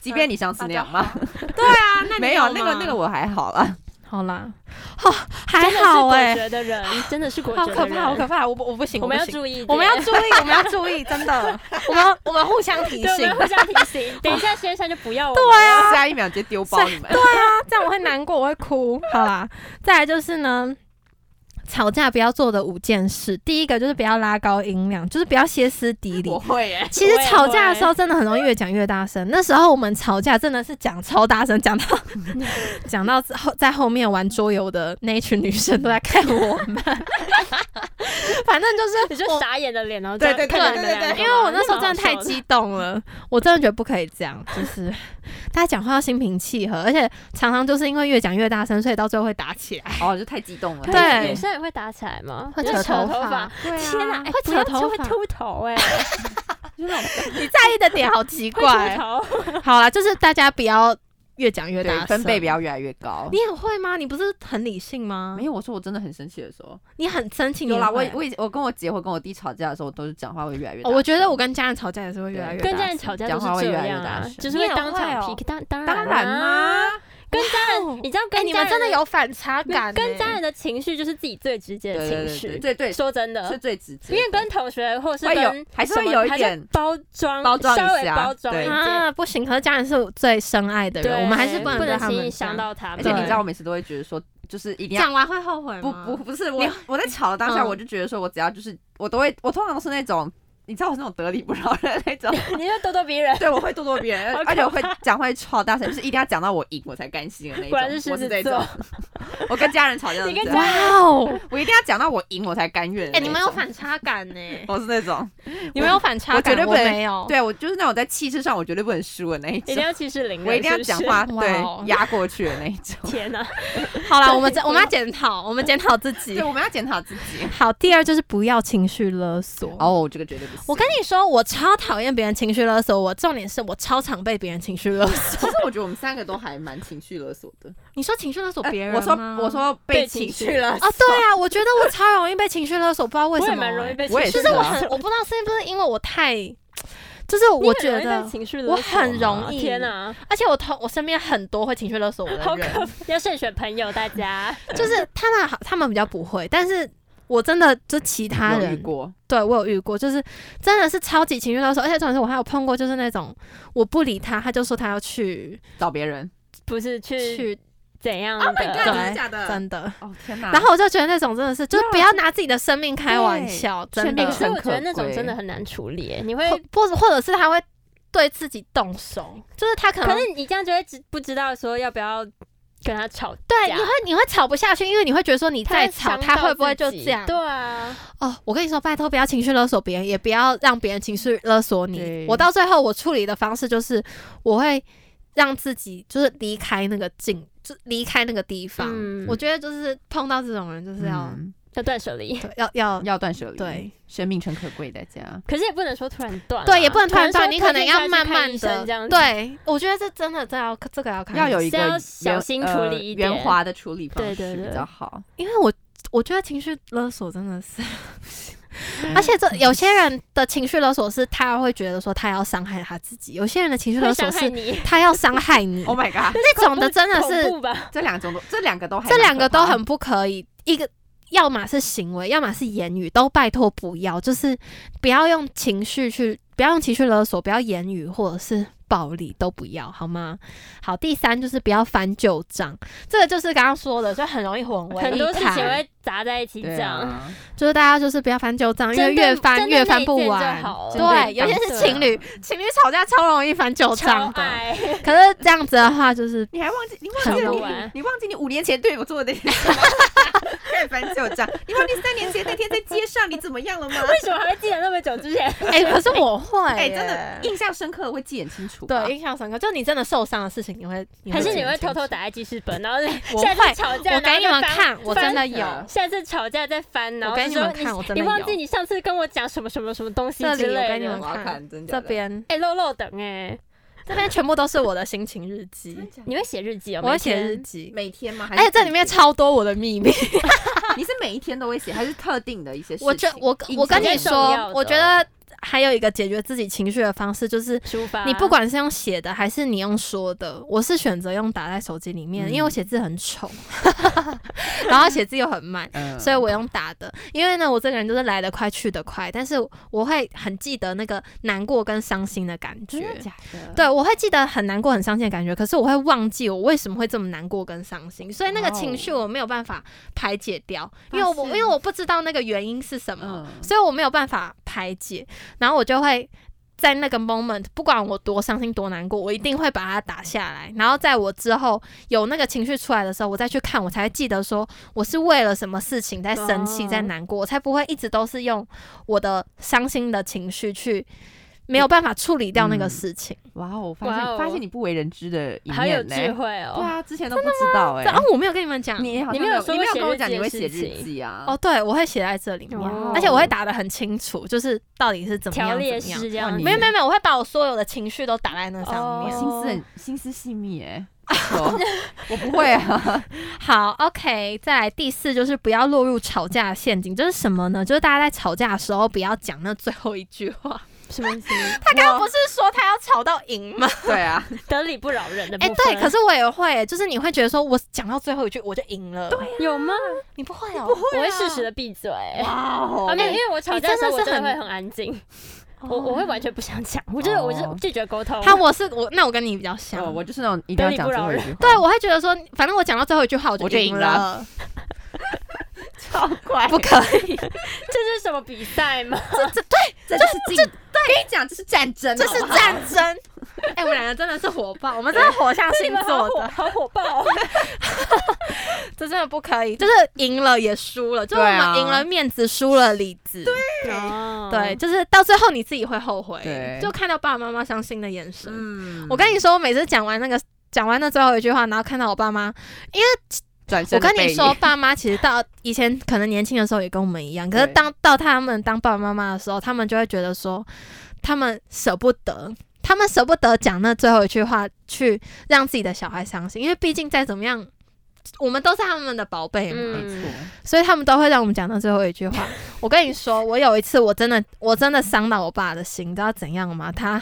即便你上次那样吗？
啊，
*laughs*
那你
没有，那个
吗
那个我还好啦。
好啦， *laughs* 哦，还
真的是
好
果
哎，
决
*laughs*
的人真的是果
好
决
可
的人，
怕，好可怕，我不我不行，
我们
不
要
行
注意，
我们要注意，我们要注意，真的，我们要我们互相提
对，我们
醒
要。互相提
*laughs*
醒。等一下先生就不要我，
对啊，
*laughs* 下一秒直接丢包你们。
*laughs* 这样我会难过，我会哭。好啦，再来就是呢，吵架不要做的五件事，第一个就是不要拉高音量，就是不要歇斯底里
*laughs* 我。会耶，
其实吵架的时候真的很容易越讲越大声。那时候我们吵架真的是讲超大声，讲到 *laughs* 讲到后在后面玩桌游的那一群女生都在看我们，反正 *laughs* 就是
你就
我
傻眼的脸，然后
对
这样
对
看
对
着
对
你们
对
两个
因为我那时候真的太
蛮好笑
激动了，我真的觉得不可以这样，就是 *laughs* 大家讲话要心平气和，而且常常就是因为越讲越大声，所以到最后会打起来，
哦，就太激动了。
对
可是女生也会打起来吗？
会
就
扯
头
头发，
啊
天哪，哎
会
不
扯
要
头
就会
发
秃头 *laughs* 哎，
就是那种
你在意的点好奇
会秃
怪。
头，
好啦，就是大家不要越讲越大
对
声，
分贝不。要越来越高。
你很会吗？你不是很理性吗
没？有，我说我真的很生气的时候，
你很生气，你
有啦。我
也会
我以前我跟我姐或跟我弟吵架的时候，我都是讲话会越来越大
哦
声。
我觉得我跟家人吵架也是会越来越大
对
跟
声
家人吵架
讲
都
话
是
会
这
越来越
样
大
啊
声，
就是会
你也
当
会哦
场 pick，当当
当
然
然
啊，
啦，
跟家人，
哦
你知道
哎、
跟
你
家
们
人
真的有反差感、欸，
跟家人的情绪就是自己最直接的
对对
情
对
绪，
对对，
说真的
是，最直接的。
因为跟同学或是
会有
跟
还是
什
会
么
有一
他就
点
包装
包装一
稍微
下
包装一
对
点，
啊，不行，可是家人是最深爱的人，
对，
我们还是
不
能
能
让他
轻易
们
伤到他
而
们。
且你知道，我
对
每次都会觉得说，就是一定要
讲完会后悔
不
吗？
不不是我，我在吵的当下，
嗯
我就觉得说，我只要就是我都会，我通常都是那种，你知道我是那种得理不饶人的那种，
你就咄咄逼人，
对我会咄咄逼人，
好可怕
而且我会讲话会超大声，就是一定要讲到我赢我才甘心的那
果然是
种，
狮
我是
子
这
座
种，我跟家人吵架，
你跟
对
家
哇
*laughs*
哦，
我一定要讲到我赢我才甘愿。
哎、你们有？反差感呢、 *laughs*
我是那种，
你们有反差
我
感，
绝对不能
没有。
对我就是那种在气势上我绝对不能输的那一
一
种
定，要歧视零，
我一定要讲。话
哇哦
对压过去的那一种。
天哪、
好了，我们我们要检讨，我们检讨自己
对，。我们要检讨自己。
好，第二就是不要情绪勒索。
哦，这个绝对不行。
*laughs* 我跟你说，我超讨厌别人情绪勒索，我重点是我超常被别人情绪勒索。
其实我觉得我们三个都还蛮情绪勒索的。
你说情绪勒索
呃
别人、
我说我。说被
被情
情
绪
绪勒
*laughs* 啊，对啊，我觉得我超容易被情绪勒索，不知道为
我
什
也
么、
蛮容易被
我也
情
就是
绪
啊
我
勒
很
索，
我不知道是不是因为我太，就是我觉
你很容易被
得，
情绪勒
我
索
很容
吗
易
天哪、啊
而且我同我身边很多会情绪勒索我的
*laughs* 好
人，
可怕！要慎选朋友，大家
就是他们好，他们比较不会，但是我真的就其他
有遇
人，
过，
对我有遇过，就是真的是超级情绪勒索，而且重点是我还有碰过，就是那种我不理他，他就说他要去
找别人。
不是去
去，
怎样的
my god，
对
真的假的
真的。
哦天
啊
哪！
然后我就觉得那种真的是，就是不要拿自己的生命开玩笑，
对
真
生
的
命
所以我觉得
很可
那种
贵
真的很难处理耶，你会。
或或或者是他会对自己动手，就是他可
可
能
是你这样就会知不知道说要不要跟他吵架？
对你会你会吵不下去，因为你会觉得说你再吵
伤
他
到
会不会
自
就这
己
样？
对啊，
哦，我跟你说，拜托不要情绪勒索别人，也不要让别人情绪勒索
对
你。我到最后我处理的方式就是，我会让自己就是离开那个境，就离开那个地方。
嗯
我觉得就是碰到这种人，就是要、
嗯
要断舍离。
对要要
要断舍离，
对，
生命诚可贵，大家。
可是也不能说突然断啊，
对，也不能突然断，
说
你
推
可能
荐他
要
去
慢
看
慢
医生
的
这样。，
对，我觉得这真的这要这个要看医生，
要有一
是
个
要
圆
小心处
呃
理一点
圆滑的处理方
对对
式
对
比较好。
因为我我觉得情绪勒索真的是。*laughs*
啊
而且这有些人的情绪勒索是他会觉得说他要伤害他自己，有些人的情绪勒
会
索
伤害
是 *laughs*
你。
他要伤害你，
Oh my god，
那种的真的
恐
是
怖吧？
这两种都，这两个都还
这
蛮
两个
可怕
都很不可以，一个要么是行为，要么是言语，都拜托不要，就是不要用情绪去，不要用情绪勒索，不要言语或者是。暴力都不要好吗？好，第三就是不要翻旧账，这个就是刚刚说的，就很容易混为
很多
一
事
谈
情会砸在一起
对
讲，
啊，
就是大家就是不要翻旧账，因为
针对
越翻
针对
越翻
内
不
建就
完
好。了
对，尤其是情侣，情侣吵架超容易翻旧
超
账的。
爱， *laughs*
可是这样子的话，就是
你还忘记你忘
很
记了
不
你
完
你忘记你五年前对我做的那件事吗？ *laughs* 开始翻旧账，你忘记三年前那天在街上你怎么样了吗？
为什么还会记得那么久之前？
*laughs* 哎、可是我会、
哎，
*laughs* 哎，
真的印象深刻，会记很清楚吧。
对，印象深刻。就你真的受伤的事情，你会
还是
记
你
得
会
很清
偷偷
楚？
打在记事本，然后
我
下
会
次吵架，
我给你们
然后就翻
看，我真的有。
翻
下次吵架再翻，然
我
后
给你
就说
们看，我真的
你
有。
忘记你上次跟我讲什么什么什么东西
这
之
里我
类
给你们
的。
我要
看
看，真的
这边，
哎，漏漏等哎，
这边全部都是我的心情日记，
你会写日记哦？
我会
每
写
天
日记。
每天吗？还
而
是
且这哎里面
固定
超多我的秘密，
的，你是每一天都会写，还是特定的一些事情？
我觉我
印
我跟
象
你
是重要
说
的，
我觉得还有一个解决自己情绪的方式就是
抒
啊
发。
你不管是用写的还是你用说的，我是选择用打在手机里面，
嗯
因为我写字很丑， *laughs* 然后写字又很慢，
嗯
所以我用打的。因为呢，我这个人就是来得快去得快，但是我会很记得那个难过跟伤心的感
真
觉。
的假的？
对，我会记得很难过、很伤心的感觉，可是我会忘记我为什么会这么难过跟伤心，所以那个情
哦
绪我没有办法排解掉，因为我
发现
因为我不知道那个原因是什么，
啊嗯，
所以我没有办法排解，然后我就会在那个 moment，不管我多伤心多难过，我一定会把它打下来，然后在我之后有那个情绪出来的时候，我再去看，我才会记得说我是为了什么事情在生气、
哦
在难过，我才不会一直都是用我的伤心的情绪去没有办法处理掉那个事情。
哇哦，发现、
哇哦
发现你不为人知的一面呢、
好有智慧
对
哦。
啊，之前都不知道哎、
对啊，我没有跟你们讲。
你好像
你
没
没有说
你没有
过
跟我
写
讲
日
你
记
会
的
写
事
日
情
记啊？
哦，对，我会写在这里面，
哇哦
而且我会打的很清楚，就是到底是怎么样怎
条
么
列
样。
式这样
哇
子，
你
没有没有没有，我会把我所有的情绪都打在那上面。
哦
心思很心思细
*laughs*
密哎、我我不会啊，
好，OK，再来第四就是不要落入吵架的陷阱，这是什么呢？就是大家在吵架的时候不要讲那最后一句话。
什么意思？
他刚刚 *laughs*
我
不是说他要吵到赢吗？
对啊，
*laughs*
得理不饶人的部
哎、
分。
对，可是我也会、就是你会觉得说我讲到最后一句我就赢了，对，啊
有吗？
你不会哦、
我会适时的闭嘴。
哇哦
啊，没有，因为我吵架的时候
你
我
真的
真
是
的
很
会很安静，
哦
我我会完全不想讲，我就是我就是
哦
拒绝沟通。
他我是我，那我跟你比较像，
哦我就是那种一定要讲最后一句话，
对，我会觉得说，反正我讲到最后一句话我
我就
赢
赢
了，
超快，
不可以，
这是什么比赛吗？
这就是竞，对，跟你讲这是战争，
这
好
是
不好
战争。 *laughs* 哎、 *laughs* 我们两个真的是火爆，我们真的火象
你
星
*laughs* 们
座
好火，
的，
好火爆哦！
这真的不可以，就是赢了也输了，就是我
对
们
啊
赢了面子，输了里子。 *laughs* 对
哦
对，，就是到最后你自己会后悔
嗯对，
就看到爸爸妈妈伤心的眼神。
嗯
我跟你说，我每次讲完那个讲完那最后一句话，然后看到我爸妈，
转
我
身的
跟
背影，
你说，爸妈其实到以前可能年轻的时候也跟我们一样，可是
对
当到他们当爸爸妈妈的时候，他们就会觉得说，他们舍不得，他们舍不得讲那最后一句话去让自己的小孩伤心，因为毕竟再怎么样，我们都是他们的宝贝嘛。
嗯
没错，
所以他们都会让我们讲到最后一句
*laughs*
话。我跟你说，我有一次我真的我真的伤到我爸的心，你知道怎样吗？他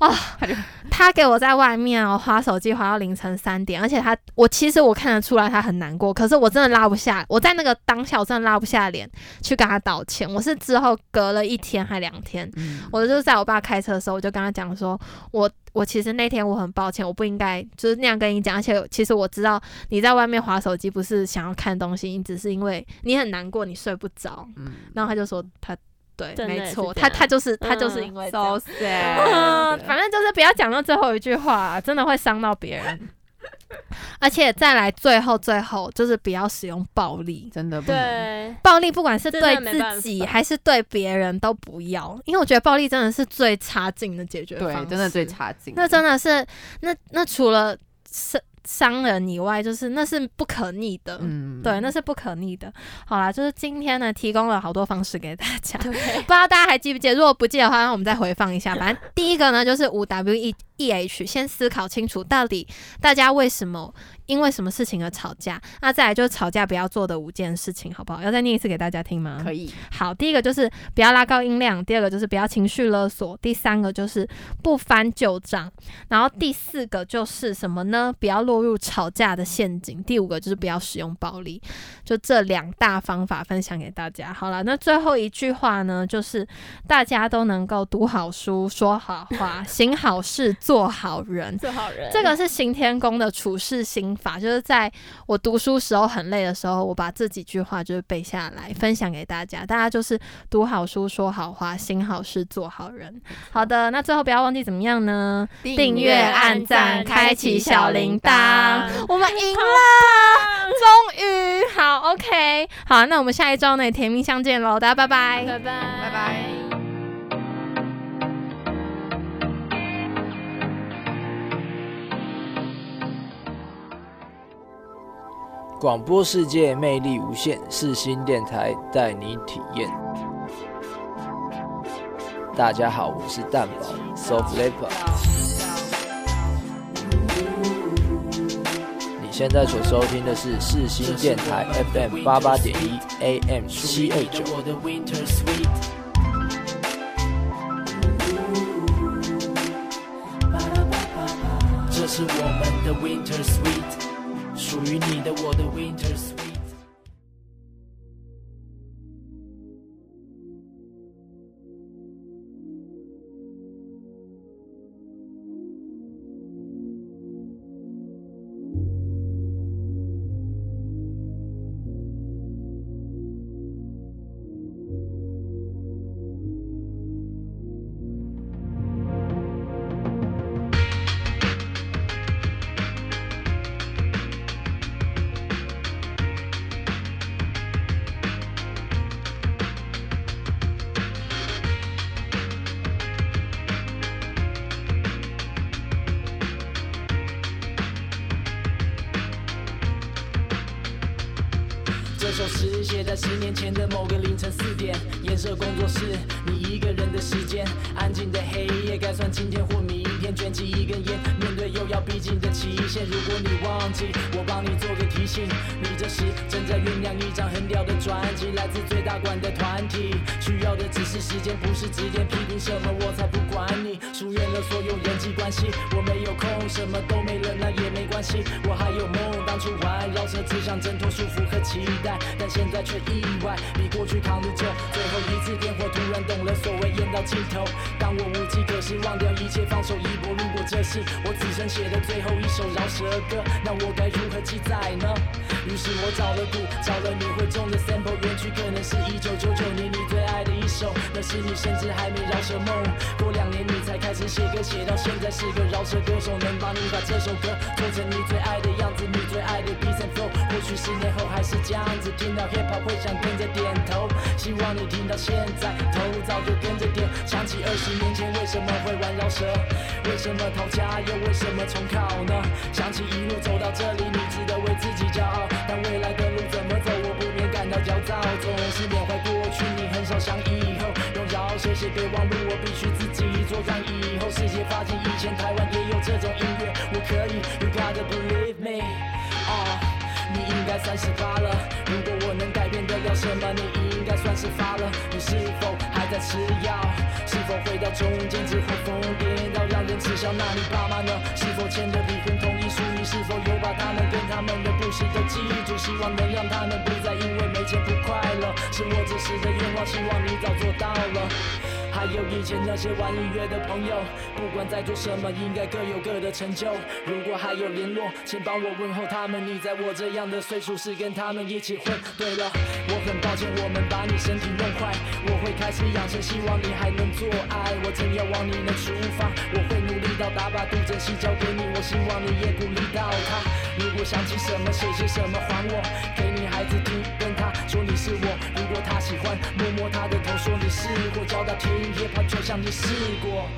哦
他就，
他给我在外面哦划手机划到凌晨三点，而且他我其实我看得出来他很难过，可是我真的拉不下，我在那个当下我真的拉不下脸去跟他道歉。我是之后隔了一天还两天，
嗯
我就是在我爸开车的时候，我就跟他讲说，我我其实那天我很抱歉，我不应该就是那样跟你讲，而且其实我知道你在外面划手机不是想要看东西，你只是因为你很难过，你睡不着。
嗯
然后他就说他对，
真的
没
是
错，
这
他
样
他就是他就是
嗯
因为这样
，so
嗯
*laughs* sad，，
反正就是不要讲到最后一句话、啊真的会伤到别人。 *laughs* 而且再来最后最后就是不要使用暴力，
真的不
*laughs*
能，
对，
暴力不管是
真
对
的没办
自己还是对别人都不要，因为我觉得暴力真的是最差劲的解决方
对，
式，
真的最。差劲，
那真的是，那那除了伤伤人以外，就是那是不可逆的。
嗯，
对，那是不可逆的。好啦，就是今天呢，提供了好多方式给大家，不
对
知道大家还记不记得？如果不记得的话，那我们再回放一下。反正第一个呢，就是五 W E E H，先思考清楚到底大家为什么因为什么事情而吵架。那再来就是吵架不要做的五件事情，好不好？要再念一次给大家听吗？
可以，
好，第一个就是不要拉高音量，第二个就是不要情绪勒索，第三个就是不翻旧账，然后第四个就是什么呢？不要落入吵架的陷阱，第五个就是不要使用暴力。就这两大方法分享给大家。好了，那最后一句话呢，就是大家都能够读好书、说好话、行好事、做好人。
*laughs* 做好人，
这个是行天宫的处世心法，就是在我读书时候很累的时候，我把这几句话就是背下来，分享给大家。大家就是读好书、说好话、行好事、做好人。好的，那最后不要忘记怎么样呢？订阅、按赞、开启小铃铛，
嗯
我们赢了， *laughs* 终于好，OK，好，那我们下一周呢，甜蜜相见喽，大家拜拜，
拜拜，拜
拜拜。
广播世界魅力无限，世新电台带你体验。大家好，我是蛋宝 s o f l a p e r 你现在所收听的是世新电台 FM 八八点一 AM 七二九。
我的 Winter Sweet。这是我们的 Winter Sweet，属于你的我的 Winter Sweet。这首诗写在十年前的某个凌晨四点，颜色工作室，你一个人的时间，安静的黑夜该算今天或明天，卷起一根烟，面对又要逼近的期限，如果你忘记，我帮你做个提醒，你这时正在酝酿一张很屌的专辑，来自最大馆的团体，需要的只是时间，不是指点批评什么，我才不管你，疏远了所有人际关系，我没有空，什么都没了，那也没关系，我还有梦，当初环绕着只想挣脱束缚和期待，但现在却意外比过去扛得久。最后一次点火，突然懂了所谓烟到尽头。当我无计可施，忘掉一切，放手一搏。如果这是我此生写的最后一首饶舌歌，那我该如何记载呢？于是我找了鼓，找了你会中的 sample，原曲可能是一九九九年你最爱的一首，那是你甚至还没饶舌梦。过两年你才开始写歌，写到现在是个饶舌歌手，能帮你把这首歌做成你最爱的样子，你最爱的 beats and flow。或许许十年后还是这样子，听到 hip hop 会想跟着点头。希望你听到现在，头早就跟着点。想起二十年前为什么会玩饶舌，为什么逃家又为什么重考呢？想起一路走到这里，你值得为自己骄傲。但未来的路怎么走，我不免感到焦躁。总是缅怀过去，你很少想以后。用饶舌写备忘录，我必须自己做，让以后世界发现以前台湾也有这种音乐。我可以，You gotta believe me。哦，你应该三十八了，如果我能改变得了什么，你应该算是发了。你是否还在吃药？是否回到中间，只会疯癫到让人耻笑？那你爸妈呢？是否签了离婚同意书？你是否有把他们跟他们的故事都记住？希望能让他们不再因为没钱不快乐。是我只是的愿望，希望你早做到了。还有以前那些玩音乐的朋友，不管在做什么，应该各有各的成就。如果还有联络，请帮我问候他们。你在我这样的岁数是跟他们一起混。对了，我很抱歉，我们把你身体弄坏。我会开始养成，希望你还能做爱。我真要往你那出发，我会努力到打把杜真心交给你。我希望你也鼓励到他。如果想起什么，写些什么还我，给你孩子听，跟他说你是我。如果他喜欢，摸摸他的头，说你是我，教他听 hip hop，就像你试过。